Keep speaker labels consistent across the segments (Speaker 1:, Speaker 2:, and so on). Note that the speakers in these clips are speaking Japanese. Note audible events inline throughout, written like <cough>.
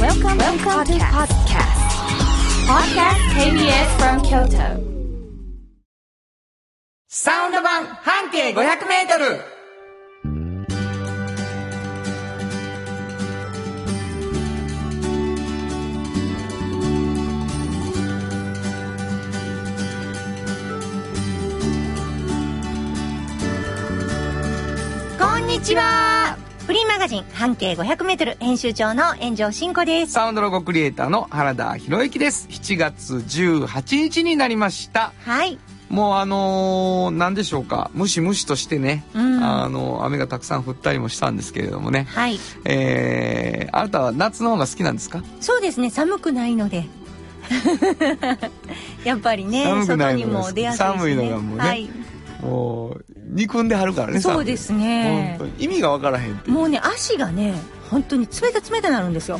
Speaker 1: Welcome, Welcome to podcast. Podcast KBS from Kyoto.
Speaker 2: サウンド版半径500メートル
Speaker 3: こんにちはフリーマガジン半径 500m 編集長の炎上真子です。
Speaker 2: サウンドロゴクリエイターの原田博之です。7月18日になりました。
Speaker 3: はい。
Speaker 2: もうあのー、何でしょうか、ムシムシとしてね、
Speaker 3: うん
Speaker 2: あの、雨がたくさん降ったりもしたんですけれどもね。
Speaker 3: はい。
Speaker 2: えー、あなたは夏の方が好きなんですか
Speaker 3: そうですね、寒くないので。 <laughs> やっぱりね、
Speaker 2: 寒くな
Speaker 3: 外
Speaker 2: いのが
Speaker 3: にも出やすいし、ね。
Speaker 2: 寒いのがもうね
Speaker 3: はい。
Speaker 2: もう、憎んではるからね、
Speaker 3: そうですね
Speaker 2: 本当。に意味がわからへんっていう
Speaker 3: もうね、足がね、本当に冷た冷たなるん
Speaker 2: <laughs>
Speaker 3: ですよ。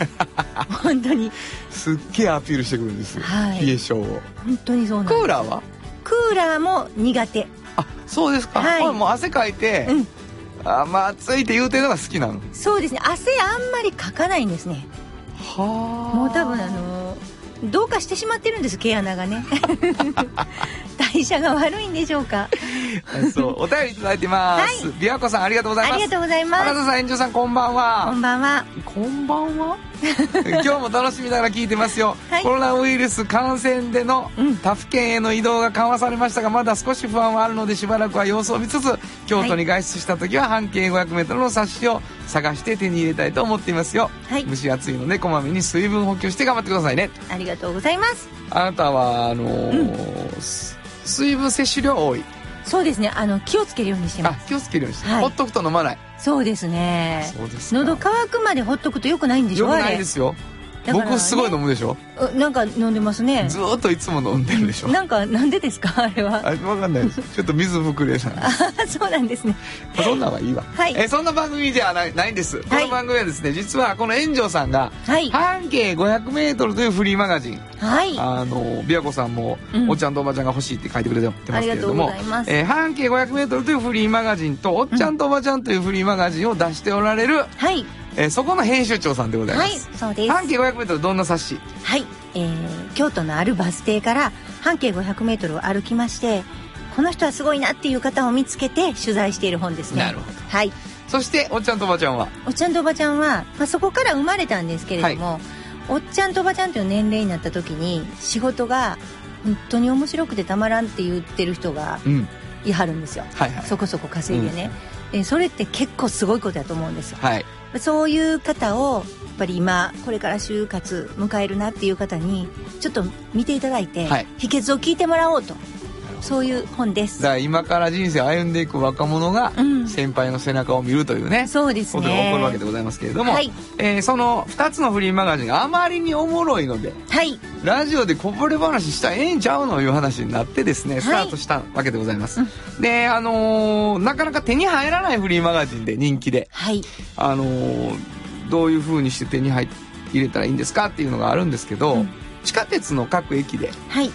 Speaker 3: 本当に。
Speaker 2: すっげえアピールしてくるんですよ、
Speaker 3: はい
Speaker 2: 冷え性を
Speaker 3: 本当にそうなん
Speaker 2: ク
Speaker 3: です
Speaker 2: ーラーは
Speaker 3: クーラーも苦手。
Speaker 2: あそうですか、
Speaker 3: はい
Speaker 2: これもう汗かいて、
Speaker 3: うん
Speaker 2: あまあ暑いって言うてるのが好きなの
Speaker 3: そうですね、汗あんまりかかないんですね。
Speaker 2: は
Speaker 3: もう多分あのどうかしてしまってるんです毛穴が
Speaker 2: <laughs>
Speaker 3: ね <laughs> 代謝が悪いんでしょうか
Speaker 2: そうお便りいただいてます、琵琶湖さんありがとうござい
Speaker 3: あ
Speaker 2: ます
Speaker 3: りがとうござい
Speaker 2: 原
Speaker 3: ま
Speaker 2: 田
Speaker 3: す
Speaker 2: さん、炎上さん、こんばん
Speaker 3: こ
Speaker 2: は。
Speaker 3: んばんは
Speaker 2: こんばんは <laughs> 今日も楽しみながら聞いてますよ、
Speaker 3: はい
Speaker 2: コロナウイルス感染での
Speaker 3: うん
Speaker 2: 他府県への移動が緩和されましたが、まだ少し不安はあるので、しばらくは様子を見つつ、京都に外出した時は半径 500m の冊子を探して手に入れたいと思っていますよ。
Speaker 3: はい
Speaker 2: 蒸し暑いので、こまめに水分補給して頑張ってくださいね。
Speaker 3: ありがとうございます
Speaker 2: あなたは、あのーす水分摂取量多い。
Speaker 3: そうですねあの気をつけるようにして
Speaker 2: あ
Speaker 3: ま、
Speaker 2: 気をつけるようにして。
Speaker 3: はい
Speaker 2: ほっとくと飲まない。
Speaker 3: すそうですね
Speaker 2: そうですか
Speaker 3: 喉乾くまでほっとくとよくないんでし
Speaker 2: よ
Speaker 3: ょ
Speaker 2: く
Speaker 3: あ
Speaker 2: ない
Speaker 3: れ
Speaker 2: ですよ。
Speaker 3: だからね
Speaker 2: 僕すごい飲むでしょ
Speaker 3: うなんか飲んでますね
Speaker 2: ずーっといつも飲んでるでしょ
Speaker 3: なんかなんでです <laughs> かあれは
Speaker 2: あれわかんないですちょっと水ぶくれなんです
Speaker 3: あそうなんですね
Speaker 2: そんなんはいいわ、
Speaker 3: はい
Speaker 2: えそんな番組じゃないないんです、この番組はですね実はこの炎上さんが
Speaker 3: はい
Speaker 2: 半径 500m というフリーマガジン、
Speaker 3: はい
Speaker 2: あの琵琶湖さんも、
Speaker 3: うん
Speaker 2: おっちゃんとおばちゃんが欲しいって書いてくれてますけれど
Speaker 3: あ
Speaker 2: も
Speaker 3: りがとうございます
Speaker 2: えー半径 500m というフリーマガジンとおっちゃんとおばちゃんというフリーマガジンを出しておられる、
Speaker 3: はい
Speaker 2: えーそこの編集長さんでございま
Speaker 3: はい
Speaker 2: す、
Speaker 3: そうです
Speaker 2: 半径 500m どんな冊子
Speaker 3: はい、えー京都のあるバス停から半径 500m を歩きましてこの人はすごいなっていう方を見つけて取材している本ですね
Speaker 2: なるほど
Speaker 3: はい、
Speaker 2: そしておっちゃんとおばちゃんは
Speaker 3: おっちゃんとおばちゃんは、まあ、そこから生まれたんですけれども、おっちゃんとおばちゃんという年齢になった時に仕事が本当に面白くてたまらんって言ってる人が
Speaker 2: うん
Speaker 3: いはるんですよ
Speaker 2: はいはい
Speaker 3: そこそこ稼いでね、でそれって結構すごいことだと思うんですよ
Speaker 2: はい
Speaker 3: そういう方をやっぱり今これから就活迎えるなっていう方にちょっと見ていただいて、
Speaker 2: はい
Speaker 3: 秘訣を聞いてもらおうとそういう本で
Speaker 2: だ
Speaker 3: す
Speaker 2: から今から人生を歩んでいく若者が
Speaker 3: うん
Speaker 2: 先輩の背中を見るというね、
Speaker 3: そうです
Speaker 2: ことが起こるわけ
Speaker 3: ね
Speaker 2: でございますけれども、
Speaker 3: はい
Speaker 2: えーその2つのフリーマガジンがあまりにおもろいので
Speaker 3: はい
Speaker 2: ラジオでこぼれ話したらええんちゃうのいう話になってですね
Speaker 3: い
Speaker 2: スタートしたわけでございます、であのーなかなか手に入らないフリーマガジンで人気で
Speaker 3: はい
Speaker 2: あのーどういう風にして手に入入れたらいいんですかっていうのがあるんですけど、
Speaker 3: うん
Speaker 2: 地下鉄の各駅で、
Speaker 3: はい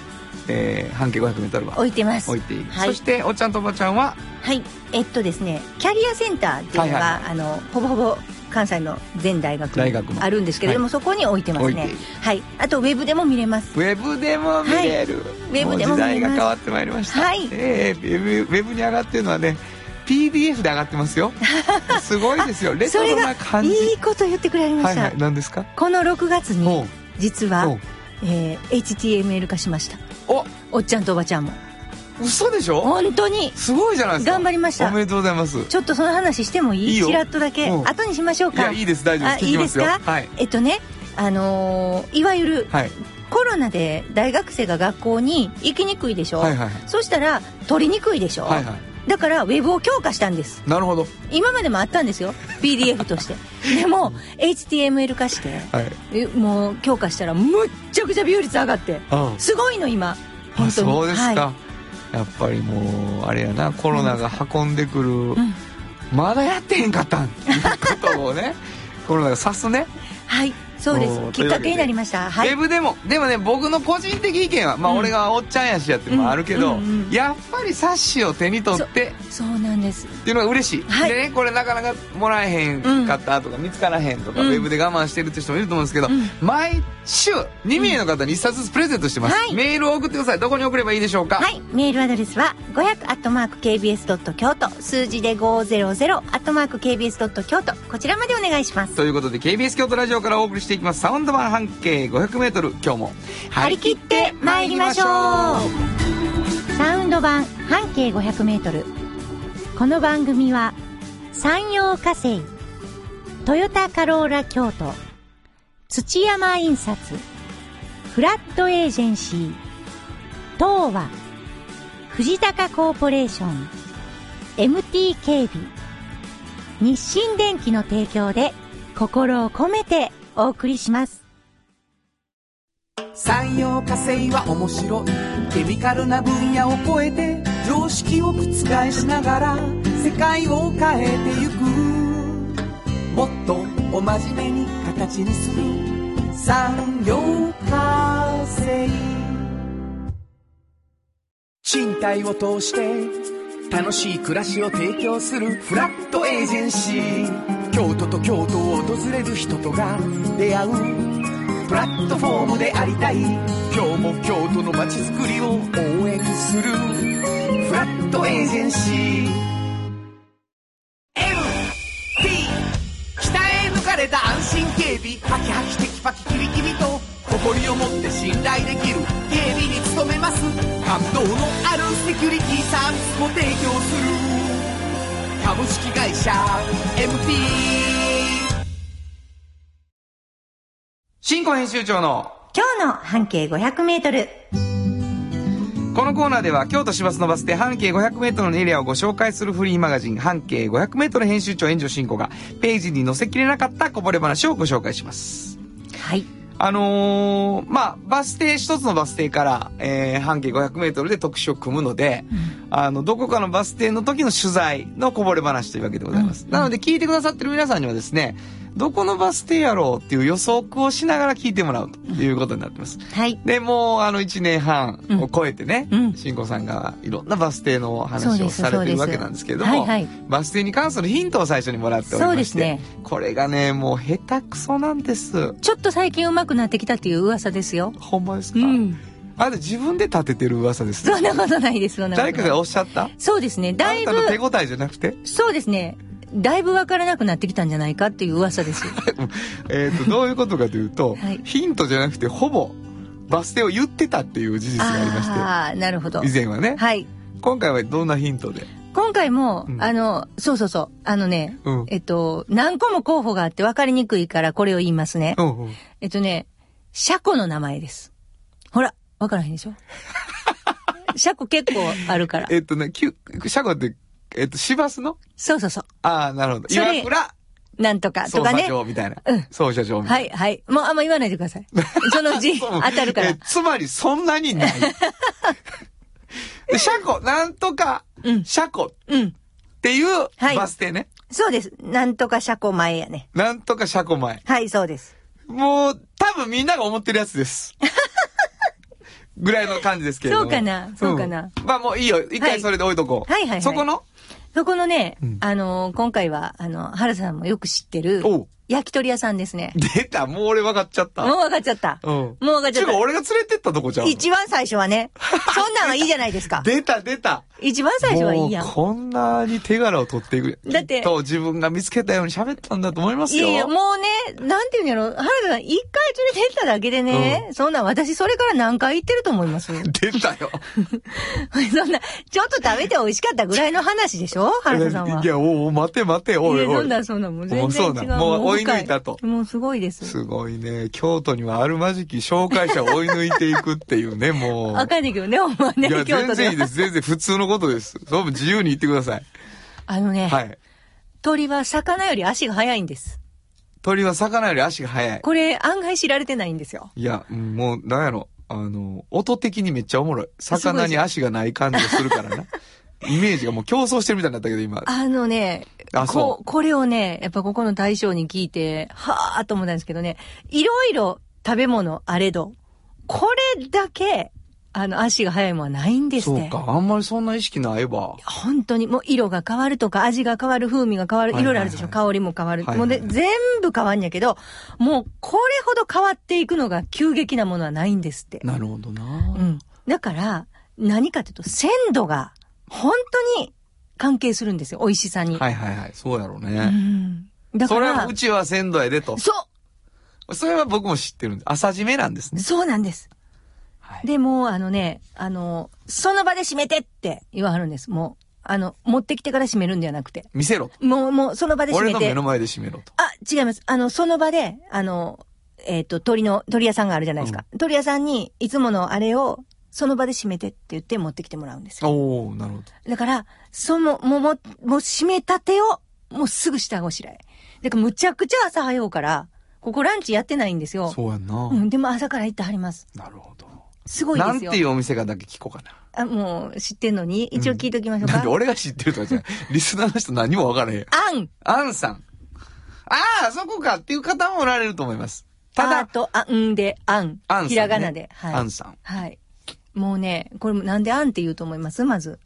Speaker 2: えー半径 500m は
Speaker 3: 置いてます
Speaker 2: 置いている、
Speaker 3: はい
Speaker 2: そしておっちゃんとおばちゃんは
Speaker 3: はいえっとですねキャリアセンターっていうのが、
Speaker 2: はい
Speaker 3: あのほぼほぼ関西の全大学
Speaker 2: 大学
Speaker 3: に
Speaker 2: も
Speaker 3: あるんですけれども、そこに置いてます
Speaker 2: 置い
Speaker 3: ね
Speaker 2: ている
Speaker 3: はいあとウェブでも見れます
Speaker 2: ウェブでも見れる、
Speaker 3: いウェブでも
Speaker 2: う時
Speaker 3: 見れます
Speaker 2: 代が変わってまいりました、
Speaker 3: はい
Speaker 2: ええウェブウェブに上がってるのはね PDF で上がってます
Speaker 3: <laughs>
Speaker 2: よすごいですよレト
Speaker 3: それ
Speaker 2: ロ
Speaker 3: が
Speaker 2: な感じ
Speaker 3: いいこと言ってくれま
Speaker 2: は
Speaker 3: し
Speaker 2: い
Speaker 3: た、
Speaker 2: はい何ですか
Speaker 3: この6月
Speaker 2: お
Speaker 3: に
Speaker 2: う
Speaker 3: 実
Speaker 2: お
Speaker 3: は
Speaker 2: う、
Speaker 3: えー HTML 化しました
Speaker 2: お
Speaker 3: おっちゃんとおばちゃんも
Speaker 2: 嘘でしょ
Speaker 3: 本当に
Speaker 2: すごいじゃないですか
Speaker 3: 頑張りました
Speaker 2: おめでとうございますい
Speaker 3: ちょっとその話してもいい
Speaker 2: いいよ
Speaker 3: ちらっとだけ
Speaker 2: うん
Speaker 3: 後にしましょう
Speaker 2: や
Speaker 3: か
Speaker 2: いいです大丈夫
Speaker 3: あ
Speaker 2: です聞きますよ
Speaker 3: いいです
Speaker 2: はい
Speaker 3: えっとねあのーいわゆる
Speaker 2: はい
Speaker 3: コロナで大学生が学校に行きにくいでしょ、
Speaker 2: はいはい
Speaker 3: そしたら取りにくいでしょ、
Speaker 2: はいはい
Speaker 3: だからウェブを強化したんです
Speaker 2: なるほど
Speaker 3: 今までもあったんですよ PDF として
Speaker 2: <laughs>
Speaker 3: でも HTML 化して
Speaker 2: はい
Speaker 3: えもう強化したらむっちゃくちゃ美容率上がって
Speaker 2: あ
Speaker 3: すごいの今本当に
Speaker 2: そうですか、
Speaker 3: は
Speaker 2: やっぱりもうあれやなコロナが運んでくる、
Speaker 3: いうん <laughs>
Speaker 2: まだやってへんかったんっていうことをねコロナが指すね
Speaker 3: はいそうで
Speaker 2: おー
Speaker 3: す
Speaker 2: とい
Speaker 3: き
Speaker 2: う
Speaker 3: っ
Speaker 2: わ
Speaker 3: か
Speaker 2: けで
Speaker 3: けになりまし
Speaker 2: ウ
Speaker 3: たは
Speaker 2: ェ
Speaker 3: い
Speaker 2: ブでもでもね僕の個人的意見はまあ、
Speaker 3: うん
Speaker 2: 俺がおっちゃんやしやっていうのもあるけど、
Speaker 3: うんうんうん
Speaker 2: やっぱり冊子を手に取って
Speaker 3: そうなんです
Speaker 2: っていうのが嬉しい、
Speaker 3: はい
Speaker 2: でねこれなかなかもらえへんかったとか、見つからへんとか、
Speaker 3: うん
Speaker 2: ウェブで我慢してるって人もいると思うんですけど、
Speaker 3: うん
Speaker 2: 毎週2名の方に1冊ずつプレゼントしてます、
Speaker 3: はい
Speaker 2: メールを送ってくださいどこに送ればいいでしょうか、
Speaker 3: はいメールアドレスは500 k b s k y o t 数字で500 k b s k y o t こちらまでお願いします
Speaker 2: ということで KBS 京都ラジオからお送りしていきますサウンド版半径 500m 今日も
Speaker 3: 張り切って参りましょうサウンド版半径 500m この番組は山陽火星トヨタカローラ京都土山印刷フラットエージェンシー東和藤高コーポレーション MT 警備日清電機の提供で心を込めてお送りします
Speaker 4: 産業化成は面白いケミカルな分野を超えて常識を覆しながら世界を変えてゆくもっとお真面目に形にする産業化成賃貸を通して楽しい暮らしを提供するフラットエージェンシー京都と京都を訪れる人とが出会うプラットフォームでありたい今日も京都の街づくりを応援するフラットエージェンシー MT 北へ抜かれた安心警備ハキハキテキパキキビキビと誇りを持って信頼できる警備に努めます感動のあるセキュリティサービスも提供する株式会社 MT
Speaker 2: 新庫編集長の
Speaker 3: 今日の半径500メートル。
Speaker 2: このコーナーでは京都市バスのバス停半径 500m のエリアをご紹介するフリーマガジン半径 500m 編集長炎上進行がページに載せきれなかったこぼれ話をご紹介します。
Speaker 3: はい。
Speaker 2: あのーまあ、バス停、一つのバス停から、えー半径500メートルで特集を組むので、あの、どこかのバス停の時の取材のこぼれ話というわけでございます。なので、聞いてくださってる皆さんにはですね、どこのバス停やろうっていう予測をしながら聞いてもらうということになってます。
Speaker 3: はい。
Speaker 2: で、もう、あの、1年半を超えてね、
Speaker 3: うん
Speaker 2: 慎吾さんがいろんなバス停のお
Speaker 3: そう
Speaker 2: 話
Speaker 3: で
Speaker 2: を
Speaker 3: す
Speaker 2: され
Speaker 3: そう
Speaker 2: て
Speaker 3: で
Speaker 2: る
Speaker 3: す
Speaker 2: わけなんですけれども、
Speaker 3: はいはい
Speaker 2: バス停に関するヒントを最初にもらっておりまして、
Speaker 3: そうですね
Speaker 2: これがね、もう下手くそなんです。
Speaker 3: ちょっと最近上手くなってきたっていう噂ですよ。
Speaker 2: ほんまですか、
Speaker 3: うん。
Speaker 2: あと自分で立ててる噂ですね
Speaker 3: そんなことないです、そんなこと
Speaker 2: 誰
Speaker 3: ない
Speaker 2: かがおっしゃった
Speaker 3: そうですね。だいぶ
Speaker 2: あ、なたの手応えじゃなくて
Speaker 3: そうですね。だいぶわからなくなってきたんじゃないかっていう
Speaker 2: <laughs>
Speaker 3: 噂です。
Speaker 2: えっとどういうことかというと、
Speaker 3: <laughs> はい
Speaker 2: ヒントじゃなくてほぼバス停を言ってたっていう事実がありまし
Speaker 3: ああ、なるほど
Speaker 2: て以。前はね、
Speaker 3: はい。
Speaker 2: 今回はどんなヒントで、
Speaker 3: 今回も、
Speaker 2: うん
Speaker 3: あの、そうそうそう。あのね、
Speaker 2: うん
Speaker 3: えっと、何個も候補があって分かりにくいからこれを言いますね。
Speaker 2: うんうん
Speaker 3: えっとね、車庫の名前です。ほら、わからへんで
Speaker 2: <laughs>
Speaker 3: しょ車庫結構あるから。
Speaker 2: えっとねきゅ車庫って、えっと市バスの
Speaker 3: そうそうそう。
Speaker 2: ああなるほど
Speaker 3: それ
Speaker 2: 岩倉
Speaker 3: なんとかと
Speaker 2: 捜
Speaker 3: か
Speaker 2: 査
Speaker 3: ね。
Speaker 2: 場みたいな、
Speaker 3: うん
Speaker 2: 捜査場みたいな
Speaker 3: はい、はい。もうあんま言わないでく
Speaker 2: <laughs>
Speaker 3: ださい。そのうち
Speaker 2: そう
Speaker 3: 当たるか
Speaker 2: え
Speaker 3: ら。
Speaker 2: つまりそんなに
Speaker 3: <laughs>
Speaker 2: ないで車庫なんとか、
Speaker 3: うん
Speaker 2: 車庫っ
Speaker 3: うん。
Speaker 2: ていう
Speaker 3: はい
Speaker 2: バス停ね、
Speaker 3: そうです。なんとか車庫前やね。
Speaker 2: なんとか車庫前
Speaker 3: はい、そうです。
Speaker 2: もう、多分みんなが思ってるやつ
Speaker 3: <laughs>
Speaker 2: です。ぐらいの感じですけれども。
Speaker 3: そうかなそうかなん
Speaker 2: まあもういいよ。一回それで置いとこう。
Speaker 3: はいはいはいはい
Speaker 2: そこの
Speaker 3: そこのね、
Speaker 2: うん
Speaker 3: あのー今回は、あの、原さんもよく知ってる
Speaker 2: おう、
Speaker 3: 焼き鳥屋さんですね。
Speaker 2: 出たもう俺分かっちゃっ
Speaker 3: もう
Speaker 2: た。
Speaker 3: 分かっちゃった。
Speaker 2: うん。
Speaker 3: もう分かっち
Speaker 2: ち
Speaker 3: ゃっ
Speaker 2: ゅうか
Speaker 3: た。
Speaker 2: 俺が連れてったとこじゃん。
Speaker 3: 一番最初はね、そんなんはいいじゃないで
Speaker 2: <laughs>
Speaker 3: すか。
Speaker 2: 出た出た。
Speaker 3: 一番最初はいいやん
Speaker 2: もう。こんなに手柄を取っていく。
Speaker 3: だって
Speaker 2: きと自分が見つけたように喋ったんだと思います
Speaker 3: い
Speaker 2: よ。
Speaker 3: やいや、もうね、なんていうんやろ、原田さん、一回連れて行っただけでね、そんなん私それから何回行ってると思います <laughs>
Speaker 2: 出たよ。
Speaker 3: そんな、ちょっと食べて美味しかったぐらいの話でしょ原田さんは。
Speaker 2: いや、おうおう、待て待て、おい
Speaker 3: いや
Speaker 2: お
Speaker 3: そんなん
Speaker 2: い。
Speaker 3: そんなんもう全
Speaker 2: もう
Speaker 3: 然
Speaker 2: そ
Speaker 3: 違
Speaker 2: う
Speaker 3: う。
Speaker 2: だもう追い抜いたと
Speaker 3: 深もうすごいです。
Speaker 2: すごいね。京都にはあるまじき紹介者を追い抜いていくっていう
Speaker 3: <laughs>
Speaker 2: ね、もう。
Speaker 3: わかんないけどね、ほんまね
Speaker 2: いや、、
Speaker 3: 京
Speaker 2: 全
Speaker 3: 都
Speaker 2: 然い
Speaker 3: で
Speaker 2: いで
Speaker 3: は。
Speaker 2: す。全然普通のことです。どうも自由に言ってくだ
Speaker 3: <laughs>
Speaker 2: さい。
Speaker 3: あのね、
Speaker 2: はい。
Speaker 3: 鳥は魚より足が速いんです。
Speaker 2: 鳥は魚より足が速い。
Speaker 3: これ案外知られてないんですよ。
Speaker 2: いや、うんもう、
Speaker 3: <laughs>
Speaker 2: なんやろ。あの、音的にめっちゃおもろい。魚に足がない感じがするからな。イメージがもう競争してるみたいになったけど、今。
Speaker 3: あのね、
Speaker 2: あそう
Speaker 3: ここれをね、やっぱここの大将に聞いて、はぁーと思ったんですけどね、いろいろ食べ物あれど、これだけ、あの、足が速いものはないんです
Speaker 2: そ
Speaker 3: っ
Speaker 2: う
Speaker 3: て。
Speaker 2: か、あんまりそんな意識ないわ。
Speaker 3: 本当にもう色が変わるとか味が変わる風味が変わる
Speaker 2: はい
Speaker 3: い
Speaker 2: は
Speaker 3: ろ
Speaker 2: い
Speaker 3: い
Speaker 2: はい
Speaker 3: ろあるでしょ香りも変わる
Speaker 2: はい
Speaker 3: も
Speaker 2: は
Speaker 3: う
Speaker 2: いはい
Speaker 3: で全部変わんやけどもうこれほど変わっていくのが急激なものはないんですって
Speaker 2: なるほどな
Speaker 3: う。んだから何かというと鮮度が本当に関係するんですよ美味しさに
Speaker 2: はいはいはい。そうやろう
Speaker 3: う
Speaker 2: ね。
Speaker 3: んだ
Speaker 2: そ
Speaker 3: か
Speaker 2: れは
Speaker 3: ら
Speaker 2: うちは鮮度やでと。
Speaker 3: そ
Speaker 2: それは僕も知ってるんで。朝締めなんです
Speaker 3: う
Speaker 2: ね。
Speaker 3: そうなんです
Speaker 2: はい
Speaker 3: でもうあのねあのその場で閉めてって言わはるんですもうあの持ってきてから閉めるんではなくて
Speaker 2: 見せろと。
Speaker 3: もうもうその場で閉
Speaker 2: 俺
Speaker 3: めて
Speaker 2: の目の前で締めろと。
Speaker 3: あ、違います。あの、その場で、あの、えっ、と、鳥の、鳥屋さんがあるじゃないですか。鳥屋さんに、いつものあれを、その場で閉めてって言って持ってきてもらうんですよ。
Speaker 2: おー、なるほど。
Speaker 3: だから、その、もう、もう、もう閉めたてを、もうすぐ下ごしらえ。だから、むちゃくちゃ朝早うから、ここランチやってないんですよ。
Speaker 2: そうやんな。
Speaker 3: うん、でも朝から行ってはります。
Speaker 2: なるほど。
Speaker 3: すごい
Speaker 2: な
Speaker 3: で
Speaker 2: ん
Speaker 3: す
Speaker 2: て
Speaker 3: よ。
Speaker 2: いうお店かだけ聞こうかな。
Speaker 3: あ、もう、知ってんのに、一応聞いときましょう
Speaker 2: な
Speaker 3: か。
Speaker 2: んで俺が知ってるとかじゃない。リスナーの人何もわからへん。
Speaker 3: あん
Speaker 2: アンさん。ああ、そこかっていう方もおられると思います。た
Speaker 3: あ
Speaker 2: だ、
Speaker 3: と、あんで、あん。
Speaker 2: アンさん、ね。
Speaker 3: ひらがなで。
Speaker 2: アンさん。
Speaker 3: はい。もうね、これもなんであんって言うと思いますまず。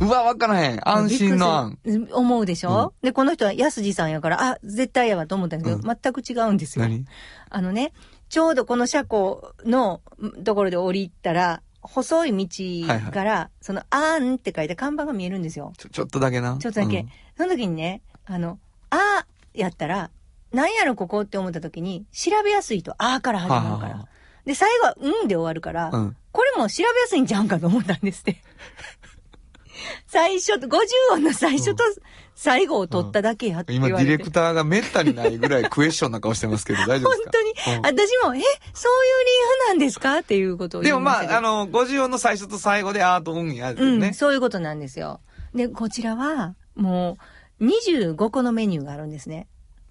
Speaker 2: うわ、わからへん。安心のアン。
Speaker 3: びっくりする思うでしょ、で、この人は安次さんやから、あ、絶対やわと思ったんだけど、
Speaker 2: う
Speaker 3: 全く違うんですよ。
Speaker 2: 何
Speaker 3: あのね、ちょうどこの車庫のんところで降りたら、細い道から、その、あんって書いて看板が見えるんですよ。
Speaker 2: ちょ、ちょっとだけな。
Speaker 3: ちょっとだけ。
Speaker 2: うん
Speaker 3: その時にね、あの、あやったら、なんやろここって思った時に、調べやすいと、あから始まるか
Speaker 2: はあは
Speaker 3: ら。で、最後は、うんで終わるから、
Speaker 2: うん
Speaker 3: これも調べやすいんちゃうんかと思ったんで
Speaker 2: <laughs>
Speaker 3: すって。最初と、50音の最初と最後を取っただけやって言
Speaker 2: 今、
Speaker 3: わ
Speaker 2: デ
Speaker 3: れて。
Speaker 2: ィレクターがめったにないぐらいクエスチョンな顔してます
Speaker 3: <laughs>
Speaker 2: けど、大丈夫
Speaker 3: 本
Speaker 2: ですか
Speaker 3: 当に、私も、え、そういう理由なんですかっていうことを
Speaker 2: で
Speaker 3: 言い
Speaker 2: もま
Speaker 3: したけど
Speaker 2: あ、あの、50音の最初と最後で、アート運やで
Speaker 3: うん、
Speaker 2: ね。
Speaker 3: そういうことなんですよ。で、こちらは、もう、25個のメニューがあるんですね。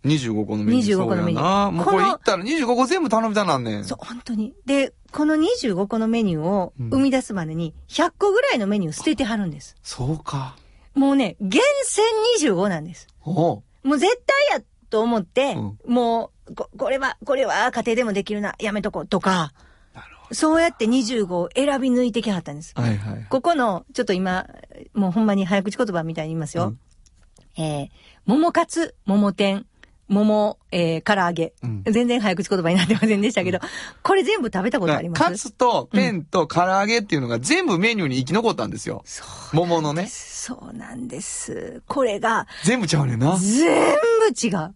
Speaker 2: 25個のメニュー。
Speaker 3: 25個のメニュー
Speaker 2: そうやなもうこ
Speaker 3: こ
Speaker 2: れ
Speaker 3: の
Speaker 2: 行ったら25個全部頼みたなんねん。
Speaker 3: そう、本当に。で、この25個のメニューを
Speaker 2: うん
Speaker 3: 生み出すまでに、100個ぐらいのメニュー捨ててはるんです。
Speaker 2: そうか。
Speaker 3: もうね、厳選25なんです。
Speaker 2: おう
Speaker 3: もう絶対やと思って、
Speaker 2: うん
Speaker 3: もうこ、これは、これは家庭でもできるな、やめとこうとか、
Speaker 2: なるほ
Speaker 3: そうやって25を選び抜いてきはったんです。
Speaker 2: ど。はいはい。
Speaker 3: ここの、ちょっと今、もうほんまに早口言葉みたいに言いますよ。えー、桃カツ、桃天、桃、えー、唐揚げ、
Speaker 2: うん
Speaker 3: 全然早口言葉になってませんでしたけど、これ全部食べたことあります
Speaker 2: カツとペンと唐揚げっていうのが全部メニューに生き残ったんですよ。
Speaker 3: そう。
Speaker 2: 桃のね。
Speaker 3: そうなんです。これが、
Speaker 2: 全部ちゃうねんな。
Speaker 3: 全部違う。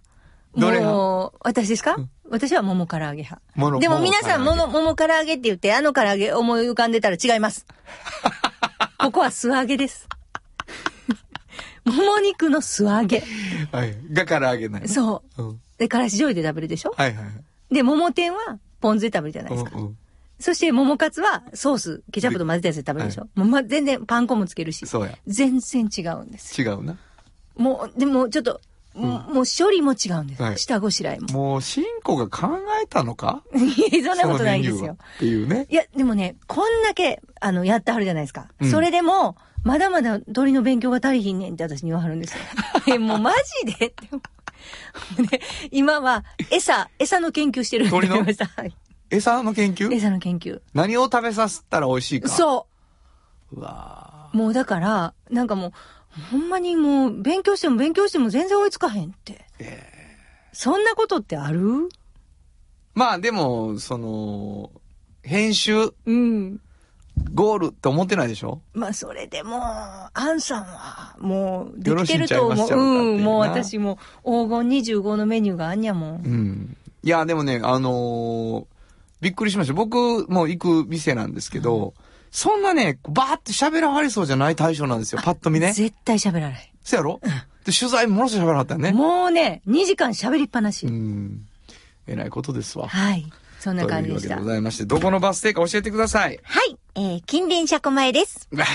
Speaker 2: どれが
Speaker 3: もう、私ですか、私は桃唐揚げ派。
Speaker 2: もの
Speaker 3: でも皆さん、
Speaker 2: もの
Speaker 3: 桃、桃唐揚げって言って、あの唐揚げ思い浮かんでたら違
Speaker 2: <laughs>
Speaker 3: います。ここは素揚げです。 <laughs> 桃肉の素揚げ。
Speaker 2: はい。が唐揚げない。。
Speaker 3: そううんで、からし醤油で食べるでしょ
Speaker 2: はいはい。
Speaker 3: で、桃天は、ポン酢で食べるじゃないですか。
Speaker 2: うんうん
Speaker 3: そして、桃カツは、ソース、ケチャップと混ぜたやつで食べるでしょ、
Speaker 2: は
Speaker 3: もうま、全然、パン粉もつけるし。
Speaker 2: そうや。
Speaker 3: 全然違うんです。
Speaker 2: 違うな。
Speaker 3: もう、でも、ちょっと、もうもう処理も違うんです。
Speaker 2: はい
Speaker 3: 下ごしらえも。
Speaker 2: もう、新子が考えたのか
Speaker 3: い <laughs> やそんなことないんで
Speaker 2: そのメニュ
Speaker 3: す
Speaker 2: ーは
Speaker 3: よ。
Speaker 2: っていうね。
Speaker 3: いや、でもね、こんだけ、あの、やってはるじゃないですか。
Speaker 2: うん
Speaker 3: それでも、まだまだ鳥の勉強が足りひんねんって私に言わはるんです
Speaker 2: <laughs>
Speaker 3: よ。え、もうマジでって。で今は、餌、餌の研究してるって
Speaker 2: 鳥の
Speaker 3: 言いました。はい
Speaker 2: 餌の研究
Speaker 3: 餌の研究。
Speaker 2: 何を食べさせたら美味しいか。。
Speaker 3: そう
Speaker 2: うわ
Speaker 3: う。もうだから、なんかもう、ほんまにもう、勉強しても勉強しても全然追いつかへんって。そんなことってある
Speaker 2: まあでも、その、編集、
Speaker 3: うん。
Speaker 2: ゴールって思ってないでしょ
Speaker 3: まあ、それでもう、アンさんは、もう、で
Speaker 2: よろし
Speaker 3: き
Speaker 2: い
Speaker 3: て
Speaker 2: ん
Speaker 3: る
Speaker 2: ちゃい
Speaker 3: と
Speaker 2: ま
Speaker 3: 思
Speaker 2: す
Speaker 3: う。、
Speaker 2: ちゃうかっていううなん
Speaker 3: もう私も、黄金25のメニューがあんやもん
Speaker 2: う。ん。いや、でもね、あのーびっくりしました。僕も行く店なんですけど、そんなね、バーって喋らはりそうじゃない対象なんですよ。パッと見ね。
Speaker 3: 絶対喋らない。
Speaker 2: そうやろで、取材ものすごい喋らはったよね。
Speaker 3: もうね、2時間喋りっぱなし。
Speaker 2: うん。えらいことですわ。
Speaker 3: はい。そんな感じでし
Speaker 2: というわけで
Speaker 3: た。
Speaker 2: ご
Speaker 3: は
Speaker 2: ざいまして、どこのバス停か教えてください。
Speaker 1: はい、えー、近隣車庫前です。
Speaker 2: うわ <laughs>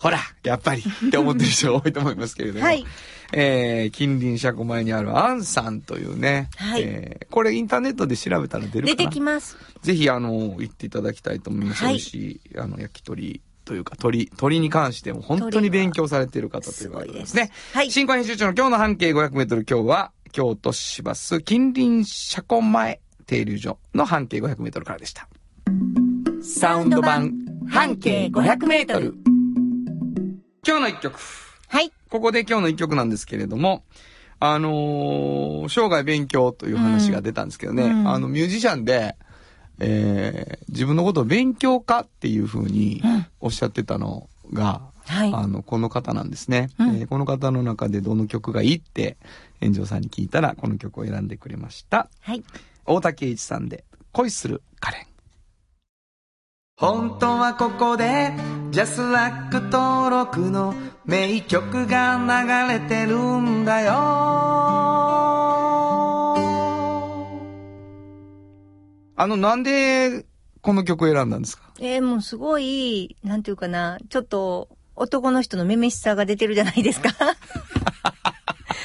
Speaker 2: ほら、やっぱりって思ってる人が多いと思いますけれども。
Speaker 3: はい
Speaker 2: えー、近隣車庫前にあるアンさんというね。
Speaker 1: はい
Speaker 2: えーこれインターネットで調べたら出るか
Speaker 1: 出
Speaker 2: な
Speaker 1: てきます。
Speaker 2: ぜひ、あの、行っていただきたいと思います。
Speaker 1: はい
Speaker 2: 美味しい、あの、焼き鳥というか、鳥、鳥に関しても本当に勉強されている方ということですね。
Speaker 5: はい
Speaker 2: 新婚編集長の今日の半径500メートル、今日は、京都市バス近隣車庫前停留所の半径500メートルからでした。サウンド版
Speaker 5: 半径500メートル。
Speaker 2: 今日の一曲。
Speaker 3: はい。
Speaker 2: ここで今日の一曲なんですけれども、あのー生涯勉強という話が出たんですけどね、
Speaker 3: うん
Speaker 2: あの、ミュージシャンで、えー自分のことを勉強家っていうふうにおっしゃってたのが、
Speaker 3: はい
Speaker 2: あの、この方なんですね、
Speaker 3: うん
Speaker 2: えーこの方の中でどの曲がいいって、炎上さんに聞いたら、この曲を選んでくれました。
Speaker 3: はい。
Speaker 2: 大竹一さんで恋するカレン本当はここでジャスラック登録の名曲が流れてるんだよあのなんでこの曲選んだんですか
Speaker 5: えーもうすごい、なんていうかな、ちょっと男の人のめめしさが出てるじゃない
Speaker 2: <laughs>
Speaker 5: ですか。